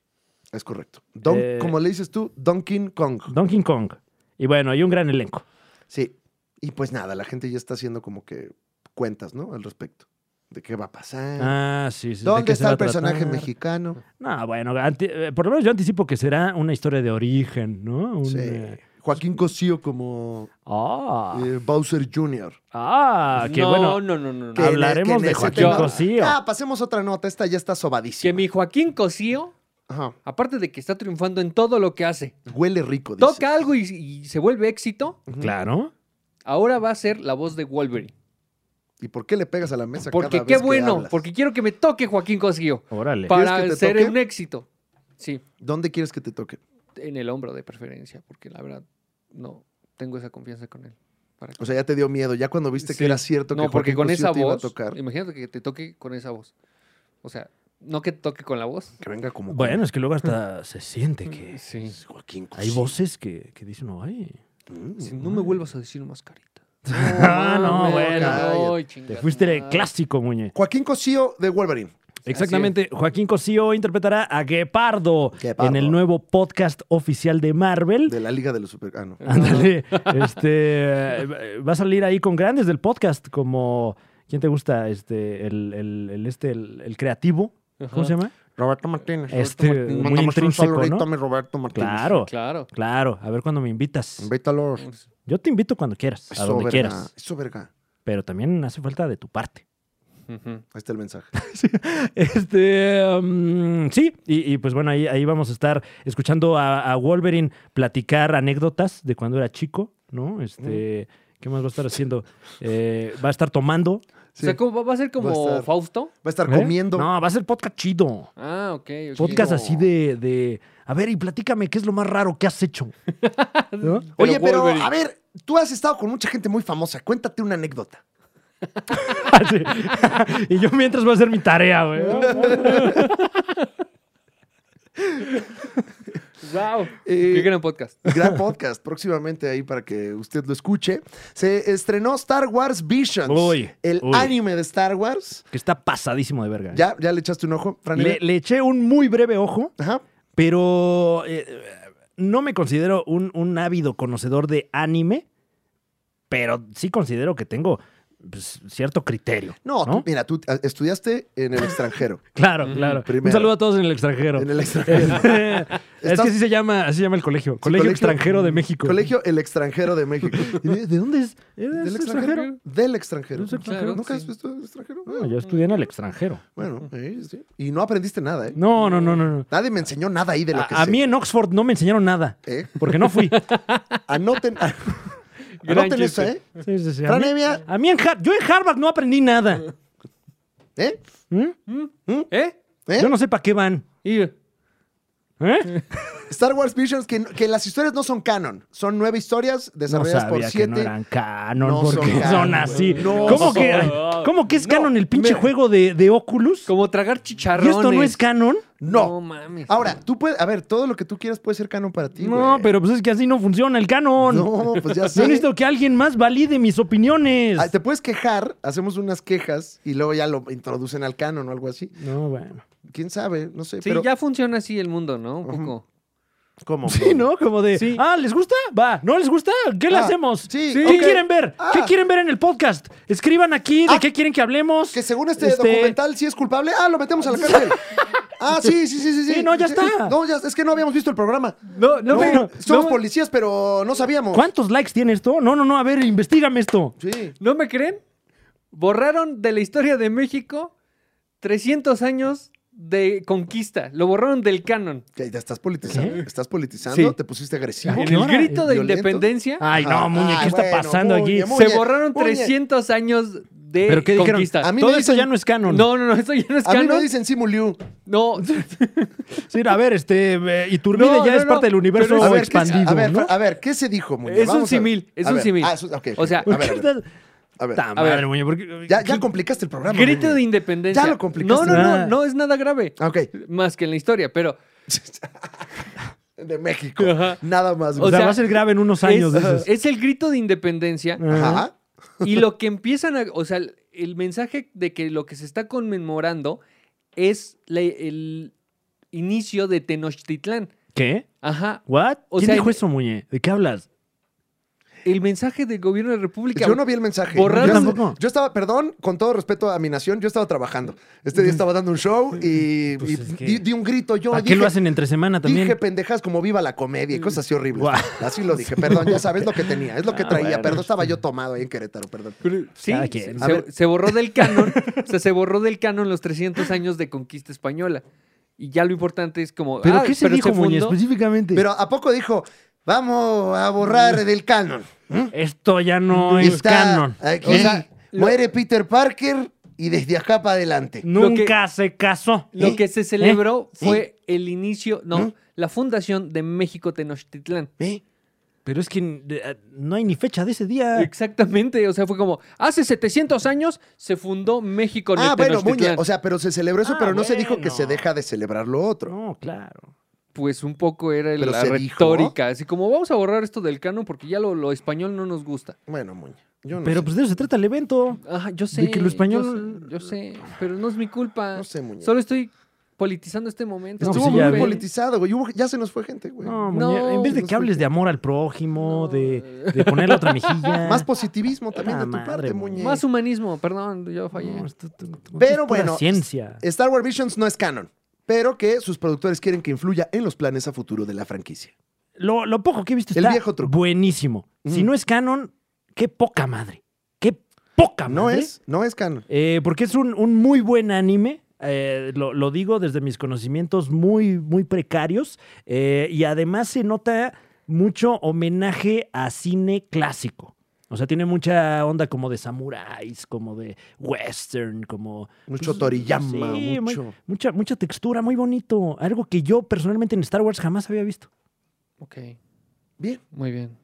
S2: Es correcto. Don-
S3: Eh.
S2: Como le dices tú, Donkey Kong.
S3: Donkey Kong. Y bueno, hay un gran elenco.
S2: Sí. Y pues nada, la gente ya está haciendo como que cuentas, ¿no? Al respecto. De qué va a pasar.
S3: Ah, sí, sí. ¿de
S2: ¿Dónde
S3: qué se
S2: está
S3: va
S2: el
S3: a tratar?
S2: personaje mexicano?
S3: No, bueno, anti- eh, por lo menos yo anticipo que será una historia de origen, ¿no? Un,
S2: Sí.
S3: eh,
S2: Joaquín Cosío como
S3: Ah,
S2: eh, Bowser Jr.
S3: ah, que
S1: no,
S3: bueno.
S1: no, no, no. no.
S2: Que en-
S3: Hablaremos
S2: que en
S3: de
S2: ese
S3: Joaquín
S2: tema-
S3: Cosío.
S2: Ah, pasemos otra nota. Esta ya está
S1: Que
S2: sobadísima.
S1: mi Joaquín Cosío,
S2: Ajá.
S1: aparte de que está triunfando en todo lo que hace,
S2: Huele rico, dice.
S1: toca algo y, y se vuelve éxito,
S3: Claro.
S1: ahora va a ser la voz de Wolverine.
S2: ¿Y por qué le pegas a la mesa
S1: Porque
S2: cada
S1: qué
S2: vez que
S1: bueno,
S2: hablas?
S1: porque quiero que me toque Joaquín Cosío
S3: Órale.
S2: Pa-
S1: para
S2: que te
S1: ser
S2: toque?
S1: un éxito. Sí,
S2: ¿Dónde quieres que te toque?
S1: en el hombro de preferencia, porque la verdad no tengo esa confianza con él. Para
S2: O sea, ya te dio miedo. Ya cuando viste
S1: Sí.
S2: que era cierto que
S1: no, porque
S2: Joaquín
S1: con
S2: Cosío
S1: esa
S2: te iba
S1: voz,
S2: a tocar.
S1: imagínate que te toque con esa voz. O sea, no que te toque con la voz.
S2: Que venga como...
S3: Bueno, es que luego hasta se siente que
S1: Mm, Sí.
S2: Joaquín
S3: hay
S2: Cosío.
S3: voces que, que dicen, ay,
S2: Mm.
S1: Si no me vuelvas a decir mascarita.
S3: Ah, no,
S1: mames,
S3: bueno.
S1: ay,
S3: te
S1: chinga
S3: fuiste
S1: tu
S3: de
S1: madre.
S3: clásico, Muñe.
S2: Joaquín Cosío de Wolverine.
S3: Exactamente, Joaquín Cosío interpretará a Guepardo,
S2: Guepardo.
S3: en el nuevo podcast oficial de Marvel.
S2: De la Liga de los Super... Ah, no.
S3: Ándale, este, eh, va a salir ahí con grandes del podcast, como, ¿quién te gusta? Este, el, el- el- este, el, el creativo, ¿cómo
S1: Ajá.
S3: se llama?
S2: Roberto Martínez.
S3: Este,
S1: Martínez.
S3: muy intrínseco, ¿no?
S2: mi Roberto Martínez.
S3: Claro,
S1: Claro.
S3: claro, a ver cuando me invitas.
S2: Invítalo.
S3: Yo te invito cuando quieras, a
S2: Eso,
S3: donde
S2: verga.
S3: quieras,
S2: Eso, verga.
S3: pero también hace falta de tu parte.
S1: Ujú.
S2: Ahí está el mensaje.
S3: Este, um, sí, y, y, pues bueno, ahí, ahí vamos a estar escuchando a, a Wolverine platicar anécdotas de cuando era chico, ¿no? Este, ¿qué más va a estar haciendo? Eh, va a estar tomando.
S1: O sea, ¿cómo va- va a ser como
S2: Va a estar-
S1: Fausto?
S2: Va a estar
S3: ¿eh?
S2: comiendo.
S3: No, va a ser podcast chido.
S1: Ah, ok. ok.
S3: Podcast
S2: Chido.
S3: así de, de, a ver, y platícame, ¿qué es lo más raro que has hecho? ¿No?
S1: Pero
S2: Oye, pero
S1: Wolverine.
S2: a ver, tú has estado con mucha gente muy famosa. Cuéntate una anécdota.
S3: Así. y yo mientras voy a hacer mi tarea, güey.
S1: Wow.
S2: Eh,
S1: Qué gran podcast.
S2: Gran podcast, próximamente ahí para que usted lo escuche. Se estrenó Star Wars Visions,
S3: Uy,
S2: el
S3: uy.
S2: anime de Star Wars.
S3: Que está pasadísimo de verga. ¿eh?
S2: ¿Ya, ya le echaste un ojo, Fran?
S3: Le- le eché un muy breve ojo.
S2: Ajá.
S3: Pero eh, no me considero un, un ávido conocedor de anime, pero sí considero que tengo pues, cierto criterio.
S2: No, tú-
S3: ¿no?
S2: mira, tú ah, estudiaste en el extranjero.
S3: Claro, claro. Un
S2: primero.
S3: saludo a todos en el extranjero.
S2: en el extranjero.
S3: es que así se llama, así se llama el colegio. Colegio,
S2: Colegio-
S3: Extranjero de México.
S2: Colegio El Extranjero de México.
S3: ¿De, de dónde es?
S2: ¿Del
S3: ¿Es extranjero?
S2: extranjero? Del extranjero.
S3: ¿Del extranjero?
S2: ¿Nunca has
S1: Sí.
S2: visto el extranjero?
S3: No, yo estudié en el extranjero.
S2: Bueno, eh, sí. Y no aprendiste nada, ¿eh?
S3: No, no, no, no. no.
S2: Nadie me enseñó nada ahí de lo que
S3: A, a
S2: sé.
S3: mí en Oxford no me enseñaron nada,
S2: ¿Eh?
S3: porque no fui.
S2: Anoten, a-
S1: Gran
S2: anoten eso,
S1: chiste.
S2: ¿eh?
S3: Sí, sí, sí. A
S2: Fran
S3: mí,
S2: Evia,
S3: a mí en Har- yo en Harvard no aprendí nada.
S2: ¿eh?
S3: ¿Mm?
S1: ¿Eh?
S2: ¿Eh?
S3: Yo no sé para qué van.
S1: Y-
S3: ¿Eh?
S2: Star Wars Visions, que, que las historias no son canon. Son nueve historias
S3: No
S2: desarrolladas
S3: sabía
S2: por
S3: que
S2: siete.
S3: no eran canon,
S2: No
S3: porque son,
S2: son canon,
S3: así.
S2: no
S3: ¿Cómo,
S2: son.
S3: que, ¿Cómo que es canon el pinche
S1: me-
S3: juego de, de Oculus?
S1: Como tragar
S3: ¿Y
S1: chicharrones.
S3: esto no es canon?
S2: No.
S1: No mames.
S2: Ahora, tú puedes. A ver, todo lo que tú quieras puede ser canon para ti.
S3: No,
S2: güey.
S3: pero pues es que así no funciona el canon.
S2: No, pues ya
S3: Yo
S2: sé.
S3: necesito que alguien más valide mis opiniones.
S2: Ah, Te puedes quejar, hacemos unas quejas y luego ya lo introducen al canon o algo así.
S3: No, bueno.
S2: ¿Quién sabe? No sé.
S1: Sí,
S2: pero,
S1: ya funciona así el mundo, ¿no? Un poco.
S2: ¿Cómo?
S3: Sí, ¿no? Como de,
S1: Sí.
S3: ah, ¿les gusta? Va. ¿No les gusta? ¿Qué le
S2: Ah,
S3: hacemos?
S2: sí,
S3: ¿Qué
S2: ok.
S3: quieren ver? ¿Qué
S2: Ah.
S3: quieren ver en el podcast? Escriban aquí de
S2: Ah,
S3: qué quieren que hablemos.
S2: Que según este,
S3: Este,
S2: documental sí es culpable. Ah, lo metemos a la cárcel. ah, sí, sí, sí, sí.
S3: Sí, no, ya está.
S2: No, ya, es que no habíamos visto el programa.
S1: No, no,
S2: No,
S1: me-
S2: somos
S1: no-
S2: policías, pero no sabíamos.
S3: ¿Cuántos likes tiene esto? No, no, no, a ver, investigame esto.
S2: Sí.
S1: ¿No me creen? Borraron de la historia de México 300 años de conquista. Lo borraron del canon.
S2: Ya ya estás politizando.
S3: ¿Qué?
S2: Estás politizando,
S1: ¿Eh? Sí.
S2: te pusiste agresivo.
S1: En
S3: ¿Qué Ah,
S1: el
S3: hora?
S1: grito de
S2: ¿Violento?
S1: independencia
S3: Ay, no,
S2: Ajá.
S3: Muñe, ¿qué
S2: Ay,
S3: está
S2: Ah, bueno,
S3: pasando
S2: Muñe,
S3: aquí?
S2: Muñe.
S1: se borraron
S2: oye.
S1: 300 años de
S3: ¿Pero qué dijeron?
S1: conquista.
S2: A mí
S3: Todo
S2: me
S3: eso
S2: dicen-
S3: ya no es canon.
S1: No, no, no, eso ya no es
S2: A mí me
S1: canon.
S2: dicen Simuliu.
S1: No,
S3: Sí, a ver, este, eh, Iturbide
S1: No,
S3: ya
S1: no,
S3: es
S1: no,
S3: parte del universo
S1: pero
S2: A ver, ¿qué-
S3: expandido,
S2: a, ver,
S3: ¿no?
S2: a ver, ¿qué se dijo, Muñe?
S1: Es un
S2: Vamos a ver.
S1: símil, es
S2: A
S1: un
S2: ver,
S1: símil.
S2: ah, es un- ok, ok,
S1: O sea,
S2: a ver, a ver, a ver.
S1: ver.
S3: Ta madre, Muñe, porque-
S2: Ya, ya complicaste el programa.
S1: grito de
S2: Muñe.
S1: independencia.
S2: Ya lo complicaste.
S1: No, no,
S3: Ah.
S1: no, no es nada grave.
S2: Ah, Ok.
S1: Más que en la historia, pero
S2: De México.
S1: Ajá.
S2: Nada más.
S1: O
S3: O
S2: güey.
S3: sea,
S1: sea,
S3: va a ser grave en unos años, dices.
S1: es, es el grito de independencia
S3: Ajá.
S2: Ajá.
S1: y lo que empiezan a... O sea, el- el mensaje de que lo que se está conmemorando es la- el inicio de Tenochtitlán.
S3: ¿Qué?
S1: Ajá.
S3: ¿What?
S1: O
S3: ¿Quién
S1: sea,
S3: dijo
S1: en-
S3: eso, Muñe? ¿De qué hablas?
S1: El mensaje del gobierno de la República.
S2: Yo no vi el mensaje.
S1: Borrar
S2: yo,
S3: tampoco.
S2: yo estaba, perdón, con todo respeto a mi nación, yo estaba trabajando. Este día estaba dando un show y,
S3: Pues
S2: y
S3: es que-
S2: di, di un grito. Yo
S3: ¿Para
S2: dije,
S3: qué lo hacen entre semana también? Mm.
S2: dije pendejas como viva la comedia y cosas así horribles.
S3: Guau.
S2: Así lo dije, perdón, ya sabes lo que tenía, es lo que
S3: Ah,
S2: traía.
S3: bueno.
S2: Perdón, estaba yo tomado ahí en Querétaro, perdón.
S1: Pero- Sí,
S3: Cada
S1: se-
S3: quien.
S2: A ver.
S1: se, se borró del canon, o sea, se borró del canon los 300 años de conquista española. Y ya lo importante es como...
S3: ¿Pero
S1: ah,
S3: qué se dijo, Pues Muñe,
S1: fundó-
S3: específicamente?
S2: este Pero ¿a poco dijo, vamos a borrar del canon?
S3: ¿Eh? Esto ya Mm. no es
S2: Está
S3: canon. ¿Eh?
S2: aquí,
S1: O sea, lo-
S2: muere Peter Parker y desde acá para adelante.
S3: Nunca se casó.
S1: Lo
S2: ¿Eh?
S1: que se celebró fue el inicio, no,
S2: ¿Mm?
S1: la fundación de México Tenochtitlán.
S2: ¿Eh?
S3: Pero es que eh, no hay ni fecha de ese
S2: Ah.
S3: día.
S1: Exactamente, o sea, fue como hace 700 años se fundó México
S2: Ah, bueno, Muñe,
S1: Tenochtitlán.
S2: o sea, pero se celebró eso,
S3: Ah,
S2: pero no se dijo que
S3: bueno.
S2: se deja de celebrar lo otro.
S3: No, claro.
S1: pues un poco era
S2: Pero
S1: la
S2: se dijo.
S1: retórica, así como vamos a borrar esto del canon porque ya lo, lo español no nos gusta.
S2: Bueno, Muñe, yo no
S3: Pero
S2: sé.
S3: pues de eso se trata el evento.
S1: Ajá, Ah, yo sé.
S3: De que lo
S1: yo
S3: español-
S1: sé, Yo sé, pero no es mi culpa.
S2: No sé, Muñe.
S1: Solo estoy politizando este momento.
S3: No,
S2: Estuvo
S3: sí, ya
S2: muy
S3: ve.
S2: politizado, güey. Hubo- Ya se nos fue gente, güey.
S3: No,
S1: No,
S3: Muñe, en vez de
S2: no
S3: que
S2: sé
S3: hables
S2: qué.
S3: de amor al prójimo,
S1: No.
S3: de, de poner la otra mejilla.
S2: Más positivismo también
S3: Ah,
S2: de tu
S3: madre,
S2: parte,
S3: Muñe.
S2: Muñe.
S1: Más humanismo, perdón, yo fallé.
S3: No, esto- esto- esto es pura
S2: Pero bueno,
S3: ciencia.
S2: Star Wars Visions no es canon, pero que sus productores quieren que influya en los planes a futuro de la franquicia.
S3: Lo, lo poco que he visto
S2: El
S3: está
S2: viejo truco.
S3: buenísimo. Si
S2: Mm.
S3: no es canon, qué poca madre. Qué poca madre.
S2: No es, no es canon.
S3: Eh, porque es un, un muy buen anime. eh, lo, lo digo desde mis conocimientos muy, muy precarios. eh, y además se nota mucho homenaje a cine clásico. O sea, tiene mucha onda como de samuráis, como de western, como...
S2: Mucho
S3: pues,
S2: Toriyama,
S3: sí, muy-
S2: mucho.
S3: mucha, mucha textura, muy bonito. Algo que yo personalmente en Star Wars jamás había visto.
S1: Ok,
S2: Bien.
S1: muy bien.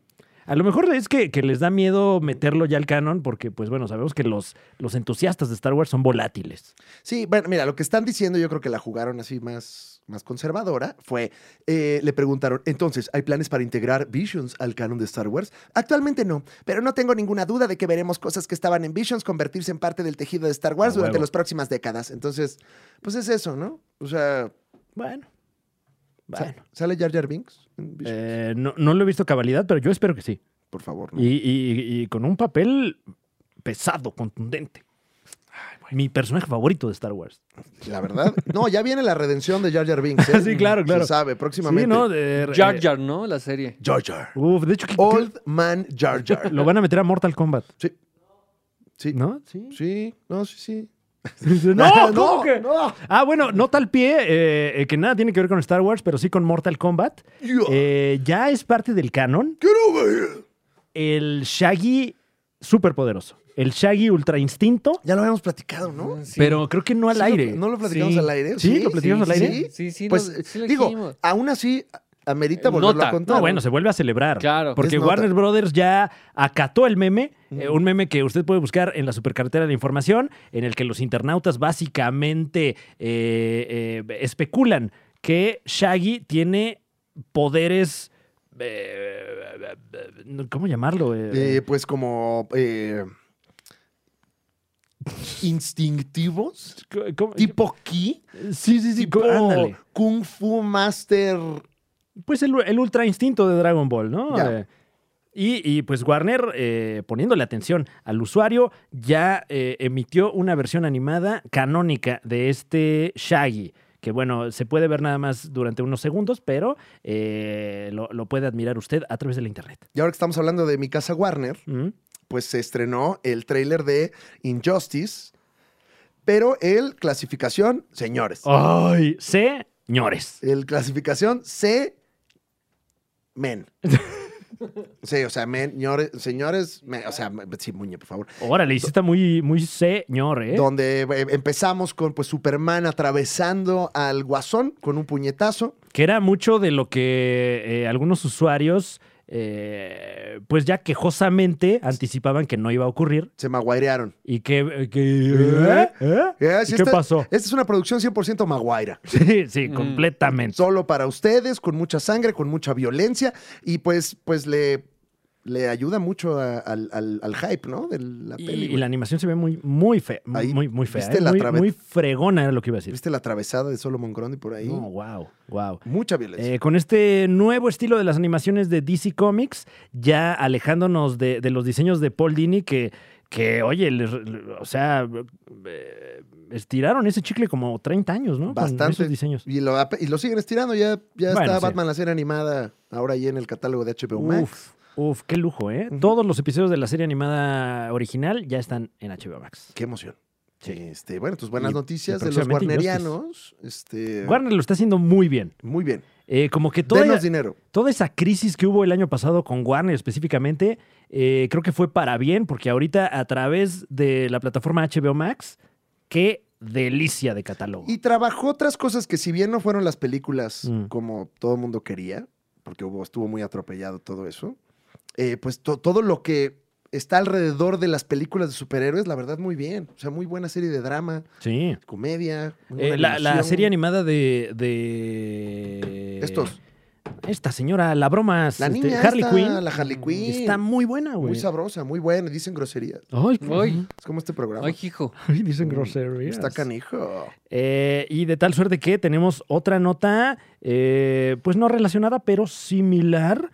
S3: A lo mejor es que, que les da miedo meterlo ya al canon porque, pues bueno, sabemos que los, los entusiastas de Star Wars son volátiles.
S2: Sí, bueno, mira, lo que están diciendo, yo creo que la jugaron así más, más conservadora, fue, eh, le preguntaron, entonces, ¿hay planes para integrar Visions al canon de Star Wars? Actualmente no, pero no tengo ninguna duda de que veremos cosas que estaban en Visions convertirse en parte del tejido de Star Wars
S3: A
S2: durante
S3: huevo.
S2: las próximas décadas. Entonces, pues es eso, ¿no? O sea,
S3: Bueno.
S2: sa-
S3: Bueno.
S2: ¿sale Jar Jar Binks? en Visions?
S3: Eh, no, no lo he visto cabalidad, pero yo espero que sí.
S2: Por favor, ¿no?
S3: Y, y- y con un papel pesado, contundente. Mi personaje favorito de Star Wars.
S2: La verdad. No, ya viene la redención de Jar Jar Binks. ¿eh?
S3: Sí, claro, claro.
S2: Se sabe, próximamente.
S3: Sí, ¿no? De,
S2: Eh,
S1: Jar Jar, ¿no? La serie.
S2: Jar Jar.
S3: Uf, de hecho, que- que
S2: Old Man Jar Jar.
S3: lo van a meter a Mortal Kombat,
S2: Sí. Sí.
S3: ¿no? Sí.
S2: Sí, no, sí, sí.
S3: no, ¿cómo
S2: no,
S3: que?
S2: no.
S3: Ah, bueno, nota al pie, eh, eh, que nada tiene que ver con Star Wars, pero sí con Mortal Kombat.
S2: Yo
S3: Eh, ya es parte del canon
S2: quiero ver.
S3: el Shaggy superpoderoso. El Shaggy ultra instinto,
S2: Ya lo habíamos platicado, ¿no?
S1: Sí.
S3: pero creo que no al
S2: Sí,
S3: aire.
S2: ¿No lo platicamos
S3: Sí.
S2: al aire?
S3: Sí, lo platicamos
S2: sí,
S3: al aire.
S2: sí.
S1: Sí, sí,
S2: Pues,
S1: no, sí lo
S2: digo,
S1: dijimos.
S2: aún así, amerita
S1: Eh,
S2: volverlo a
S1: nota.
S2: contar.
S3: No, bueno, se vuelve a celebrar.
S1: Claro.
S3: Porque
S2: Es nota.
S3: Warner Brothers ya acató el meme, eh, un meme que usted puede buscar en la supercartera de la información, en el que los internautas básicamente eh, eh, especulan que Shaggy tiene poderes. eh, ¿Cómo llamarlo? Eh,
S2: Eh, pues como... eh, instintivos,
S3: Eh, ¿cómo-
S2: tipo ki,
S3: Sí, sí, sí.
S2: tipo
S3: ándale.
S2: kung fu master.
S3: Pues el, el ultra instinto de Dragon Ball, ¿no?
S2: Ya.
S3: Eh, y, y, pues Warner, eh, poniéndole atención al usuario, ya eh, emitió una versión animada canónica de este Shaggy. Que bueno, se puede ver nada más durante unos segundos, pero eh, lo, lo puede admirar usted a través de la internet.
S2: Y ahora que estamos hablando de mi casa Warner,
S3: ¿Mm?
S2: pues se estrenó el tráiler de Injustice, pero el clasificación, señores.
S3: Ay, señores.
S2: El clasificación C, men. Sí, o sea, men, señores, señores, men, o sea, sí, Muñe, por favor.
S3: Órale, y sí está muy, muy señor, ¿eh?
S2: Donde eh, empezamos con pues Superman atravesando al guasón con un puñetazo.
S3: Que era mucho de lo que eh, algunos usuarios, eh, pues ya quejosamente anticipaban que no iba a ocurrir.
S2: Se maguairearon.
S3: Y que... que- ¿eh? ¿Eh?
S2: Eh,
S3: ¿Y
S2: sí,
S3: ¿Qué
S2: esta-
S3: pasó?
S2: Esta es una producción 100% maguaira.
S3: Sí, sí,
S1: Mm.
S3: completamente.
S2: Solo para ustedes, con mucha sangre, con mucha violencia. Y pues, pues le, le ayuda mucho a- al, al- al hype, ¿no? De la
S3: Y,
S2: peli.
S3: y
S2: güey.
S3: la animación se ve muy, muy fea. Muy,
S2: Ahí,
S3: muy, muy fea.
S2: ¿viste
S3: ¿eh?
S2: la
S3: Muy,
S2: trave-
S3: muy fregona era lo que iba a decir.
S2: ¿Viste la atravesada de Solomon Grundy por ahí?
S3: No, wow, wow.
S2: Mucha violencia.
S3: Eh, con este nuevo estilo de las animaciones de DC Comics, ya alejándonos de, de los diseños de Paul Dini, que, que oye, les- o sea, eh, estiraron ese chicle como 30 años, ¿no? Con
S2: Bastante.
S3: esos diseños.
S2: y, lo, y lo siguen estirando. Ya, ya
S3: Bueno,
S2: está
S3: sí.
S2: Batman la serie animada ahora ahí en el catálogo de HBO Max.
S3: Uf, uf, qué lujo, ¿eh? Todos los episodios de la serie animada original ya están en HBO Max.
S2: Qué emoción.
S3: Sí.
S2: Este, bueno, tus buenas
S3: Y-
S2: noticias
S3: y
S2: de los
S3: próximamente
S2: warnerianos. Este,
S3: Warner lo está haciendo muy bien.
S2: muy bien.
S3: Eh, como que toda,
S2: Denos dinero.
S3: toda esa crisis que hubo el año pasado con Warner específicamente, eh, creo que fue para bien, porque ahorita a través de la plataforma HBO Max, qué delicia de catálogo.
S2: Y trabajó otras cosas que si bien no fueron las películas
S3: Mm.
S2: como todo el mundo quería, porque hubo, estuvo muy atropellado todo eso, eh, pues to- todo lo que está alrededor de las películas de superhéroes, la verdad, muy bien. O sea, muy buena serie de drama,
S3: Sí.
S2: comedia. muy
S3: Eh,
S2: buena
S3: la, la
S2: animación.
S3: serie eh, animada de, de-
S2: Estos.
S3: Esta señora, la bromas.
S2: La
S3: este,
S2: niña
S3: Harley
S2: esta,
S3: Quinn.
S2: la Harley Quinn.
S3: Mm, Está muy buena, güey.
S2: muy sabrosa, muy buena. Dicen groserías.
S3: Ay,
S1: Ay.
S2: Es como este programa.
S1: Ay, hijo.
S3: ay, dicen groserías.
S2: Mm, Está canijo.
S3: Eh, y de tal suerte que tenemos otra nota, eh, pues no relacionada, pero similar.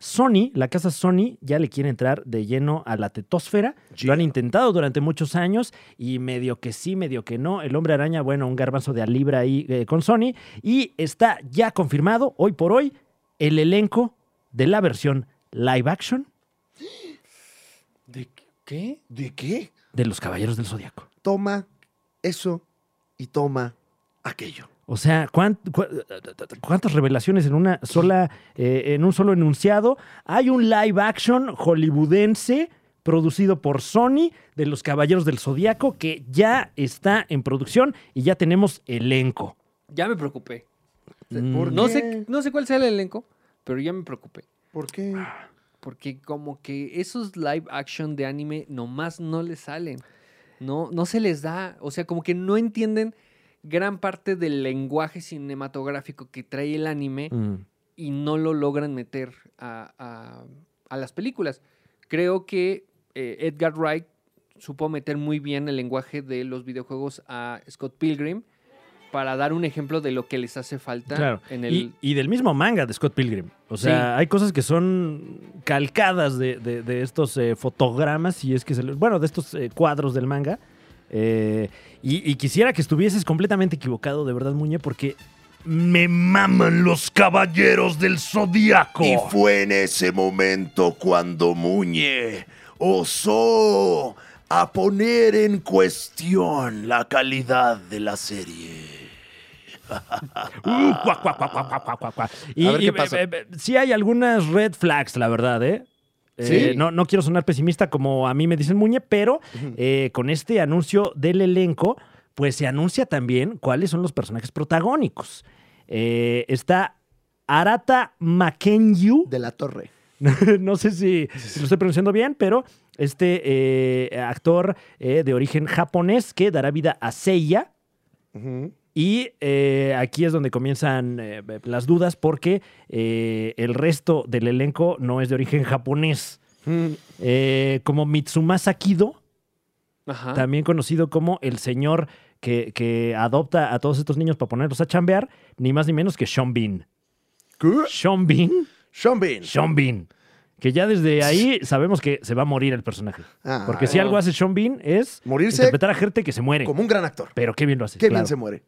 S3: Sony, la casa Sony, ya le quiere entrar de lleno a la tetósfera. Lo han intentado durante muchos años y medio que sí, medio que no. El hombre araña, bueno, un garbanzo de a libra ahí eh, con Sony. Y está ya confirmado, hoy por hoy, el elenco de la versión live action
S1: ¿De qué?
S2: ¿De qué?
S3: de Los Caballeros del Zodiaco.
S2: Toma eso y toma aquello.
S3: O sea, ¿cuán- cua- ¿cuántas revelaciones en una sola, eh, en un solo enunciado? Hay un live action hollywoodense producido por Sony de los Caballeros del Zodiaco que ya está en producción y ya tenemos elenco.
S1: Ya me preocupé.
S2: ¿Por
S3: Mm.
S1: No
S2: qué?
S1: sé, no sé cuál sea el elenco, pero ya me preocupé.
S2: ¿Por qué?
S3: Ah.
S1: Porque como que esos live action de anime nomás no les salen. No, no se les da. O sea, como que no entienden gran parte del lenguaje cinematográfico que trae el anime
S3: Mm.
S1: y no lo logran meter a, a- a las películas. Creo que eh, Edgar Wright supo meter muy bien el lenguaje de los videojuegos a Scott Pilgrim para dar un ejemplo de lo que les hace falta
S3: Claro.
S1: en el...
S3: Y, y del mismo manga de Scott Pilgrim. O sea, hay cosas que son calcadas de, de- de estos eh, fotogramas, y es que se le- bueno, de estos eh, cuadros del manga. Eh, y, y quisiera que estuvieses completamente equivocado, de verdad, Muñe, porque me maman los caballeros del zodiaco.
S4: Y fue en ese momento cuando Muñe osó a poner en cuestión la calidad de la serie.
S3: Uh, cuac, cuac, cuac, cuac, cuac, cuac, cuac, cuac. Y,
S2: A ver qué
S3: y,
S2: pasa.
S3: eh, eh, sí hay algunas red flags, la verdad, ¿eh?
S1: Sí.
S3: Eh, no, no quiero sonar pesimista como a mí me dicen Muñe, pero eh, con este anuncio del elenco, pues se anuncia también cuáles son los personajes protagónicos. Eh, está Arata Makenyu,
S2: De la torre.
S3: no sé si, si lo estoy pronunciando bien, pero este eh, actor eh, de origen japonés que dará vida a Seiya,
S2: Ujú.
S3: y eh, aquí es donde comienzan eh, las dudas porque eh, el resto del elenco no es de origen japonés.
S2: Mm.
S3: Eh, como Mitsumasa Kido,
S1: Ajá.
S3: también conocido como el señor que, que adopta a todos estos niños para ponerlos a chambear, ni más ni menos que Sean Bean.
S2: ¿Qué?
S3: Sean Bean,
S2: Sean Bean.
S3: Sean Bean. Que ya desde ahí sabemos que se va a morir el personaje.
S2: Ah,
S3: Porque si algo hace Sean Bean es
S2: Morirse
S3: interpretar a gente que se muere.
S2: como un gran actor.
S3: Pero qué bien lo hace.
S2: Qué bien
S3: claro.
S2: se muere.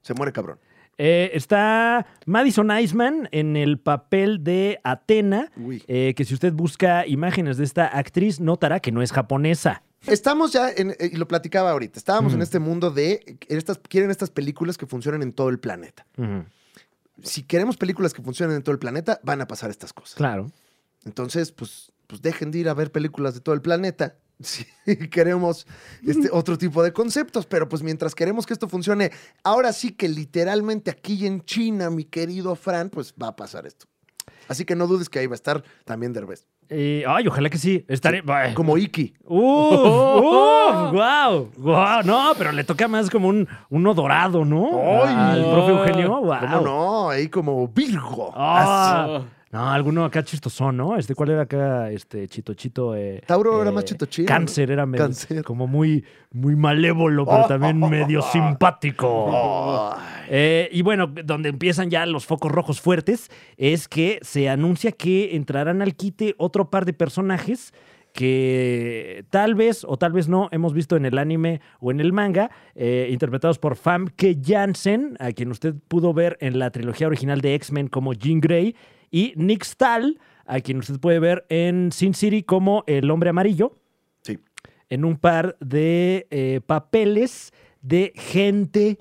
S2: Se muere cabrón.
S3: Eh, está Madison Iceman en el papel de Atena,
S2: Uy.
S3: eh, que si usted busca imágenes de esta actriz, notará que no es japonesa.
S2: Estamos ya, en- eh, y lo platicaba ahorita, estábamos
S3: Mm.
S2: en este mundo de, eh, estas, quieren estas películas que funcionen en todo el planeta.
S3: Ujú,
S2: Si queremos películas que funcionen en todo el planeta, van a pasar estas cosas.
S3: Claro.
S2: Entonces, pues, pues dejen de ir a ver películas de todo el planeta si queremos este otro tipo de conceptos. Pero pues mientras queremos que esto funcione, ahora sí que literalmente aquí en China, mi querido Fran, pues va a pasar esto. Así que no dudes que ahí va a estar también Derbez.
S3: Eh, ay, ojalá que sí. Estaré. Ay.
S2: Como Iki.
S3: ¡Uf! ¡Uf! ¡Guau! ¡Guau! No, pero le toca más como un uno dorado, ¿no?
S2: ¡Ay!
S3: Al profe Eugenio. ¡Guau!
S2: ¿Cómo no? Ahí como Virgo.
S3: Ah.
S1: Ah.
S3: No, alguno acá chistosón, ¿no? Este, ¿cuál era acá? Este, chito, chito. eh,
S2: Tauro era
S3: eh,
S2: más chito chido.
S3: Cáncer era medio,
S2: Cáncer.
S3: como muy, muy malévolo, pero también medio simpático.
S2: Ay.
S3: Eh, y bueno, donde empiezan ya los focos rojos fuertes es que se anuncia que entrarán al quite otro par de personajes que tal vez o tal vez no hemos visto en el anime o en el manga, eh, interpretados por Famke Janssen, a quien usted pudo ver en la trilogía original de X-Men como Jean Grey, y Nick Stahl, a quien usted puede ver en Sin City como el hombre amarillo
S2: Sí.
S3: en un par de eh, papeles de gente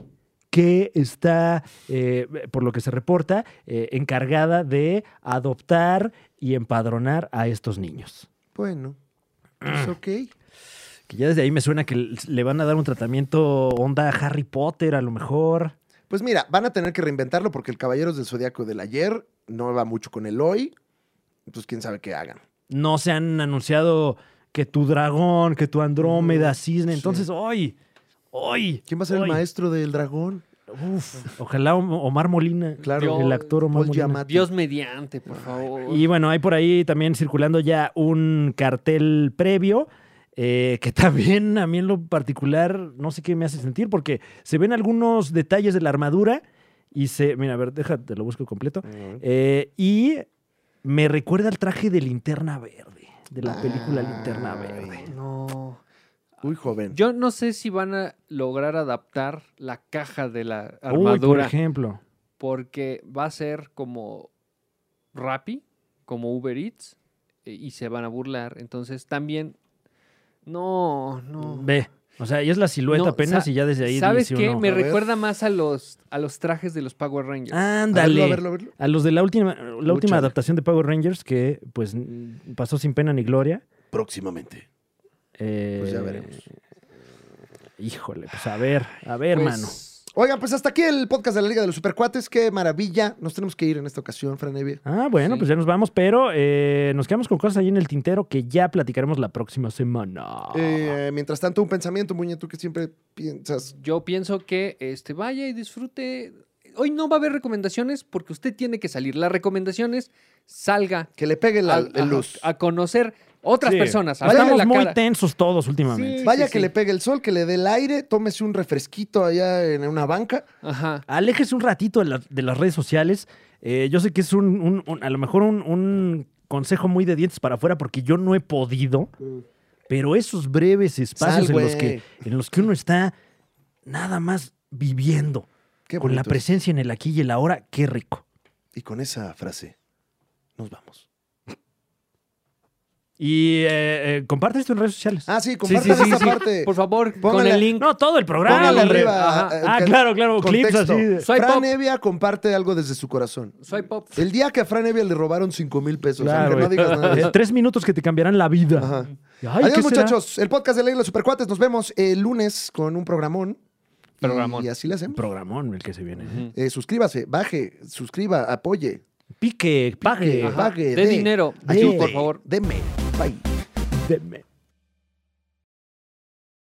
S3: que está, eh, por lo que se reporta, eh, encargada de adoptar y empadronar a estos niños.
S2: Bueno, pues ok.
S3: Que ya desde ahí me suena que l- le van a dar un tratamiento onda Harry Potter, a lo mejor.
S2: Pues mira, van a tener que reinventarlo porque el Caballeros del Zodiaco del ayer no va mucho con el hoy. Entonces, quién sabe qué hagan.
S3: No se han anunciado que tu dragón, que tu Andrómeda, cisne.
S2: sí.
S3: Entonces, hoy, hoy.
S2: ¿Quién va a ser
S3: hoy.
S2: el maestro del dragón?
S3: Uf, ojalá Om- Omar Molina.
S2: Claro.
S3: El actor Omar
S2: Paul
S3: Molina.
S2: Giamatti.
S1: Dios mediante, por favor.
S3: Y bueno, hay por ahí también circulando ya un cartel previo. eh, que también a mí en lo particular no sé qué me hace sentir porque se ven algunos detalles de la armadura y se... Mira, a ver, déjate, lo busco completo. Eh, y me recuerda al traje de linterna verde, de la película Linterna Verde.
S1: No.
S2: Uy, joven.
S1: Yo no sé si van a lograr adaptar la caja de la
S3: Uy, por
S1: armadura.
S3: ejemplo.
S1: porque va a ser como Rappi, como Uber Eats, e- y se van a burlar. Entonces también. No, no.
S3: Ve. O sea, ya es la silueta
S1: No,
S3: apenas
S1: sa-
S3: y ya desde ahí
S1: ¿Sabes
S3: dice
S1: qué?
S3: uno,
S1: Me
S2: A ver.
S1: recuerda más a los, a los trajes de los Power Rangers.
S3: Ah,
S2: A verlo,
S3: Ándale.
S2: a verlo, a verlo.
S3: A los de la última, la última
S2: Lucha.
S3: adaptación de Power Rangers que pues pasó sin pena ni gloria.
S4: Próximamente.
S3: Eh,
S2: Pues ya veremos.
S3: Híjole, pues a ver, a ver,
S1: Pues,
S3: mano.
S2: Oigan, pues hasta aquí el podcast de la Liga de los Supercuates. Qué maravilla. Nos tenemos que ir en esta ocasión, Fran Evia.
S3: Ah, bueno,
S1: sí.
S3: pues ya nos vamos, pero eh, nos quedamos con cosas ahí en el tintero que ya platicaremos la próxima semana.
S2: Eh, mientras tanto, un pensamiento, Muñe, tú que siempre piensas.
S1: Yo pienso que este, vaya y disfrute. Hoy no va a haber recomendaciones porque usted tiene que salir. Las recomendaciones, salga
S2: Que le pegue la,
S1: a,
S2: el luz.
S1: a- a conocer otras
S3: Sí.
S1: personas. a verle
S3: Estamos
S1: la
S3: muy
S1: cara.
S3: tensos todos últimamente.
S1: Sí,
S2: Vaya
S1: sí,
S2: que
S1: sí.
S2: le pegue el sol, que le dé el aire, tómese un refresquito allá en una banca.
S1: Ajá.
S3: Aléjese un ratito de, la- de las redes sociales. Eh, yo sé que es un, un- un- a lo mejor un, un consejo muy de dientes para afuera porque yo no he podido. Pero esos breves espacios
S2: Sal,
S3: en los,
S2: güey.
S3: que, en los que uno está nada más viviendo,
S2: Qué
S3: con la
S2: bonito es.
S3: presencia en el aquí y el ahora, qué rico.
S2: Y con esa frase, nos vamos.
S3: Y eh, eh, comparte esto en redes sociales.
S2: Ah, sí,
S1: Sí, sí,
S2: compartan
S1: sí,
S2: esta
S1: sí.
S2: parte.
S1: Por favor, con
S2: Póngale-
S1: el link.
S3: no, todo el programa.
S2: Póngale
S3: hombre.
S2: arriba.
S1: Ajá.
S2: eh,
S3: Ah,
S2: que-
S3: claro, claro, clips
S2: contexto.
S3: así de-
S1: Soy
S2: Fran
S1: pop.
S2: Evia comparte algo desde su corazón.
S1: Soy pop.
S2: El día que a Fran Evia le robaron 5 mil pesos,
S3: Claro,
S2: aunque no digas
S3: güey.
S2: nada de
S3: Eh,
S2: eso.
S3: Tres minutos que te cambiarán la vida.
S2: Ajá.
S3: Ay, ¿qué
S2: Adiós,
S3: será?
S2: muchachos. El podcast de Ley de los Supercuates. Nos vemos el lunes con un programón.
S1: Programón.
S2: Y así le hacemos.
S3: Programón el que se viene. ¿eh?
S2: Eh, suscríbase, baje, suscriba, apoye.
S3: Pique, pague.
S2: Pague,
S1: Ajá. De
S2: dé.
S1: dinero.
S2: Ayude,
S1: Aquí, por favor.
S2: Deme. Bye.
S3: Deme.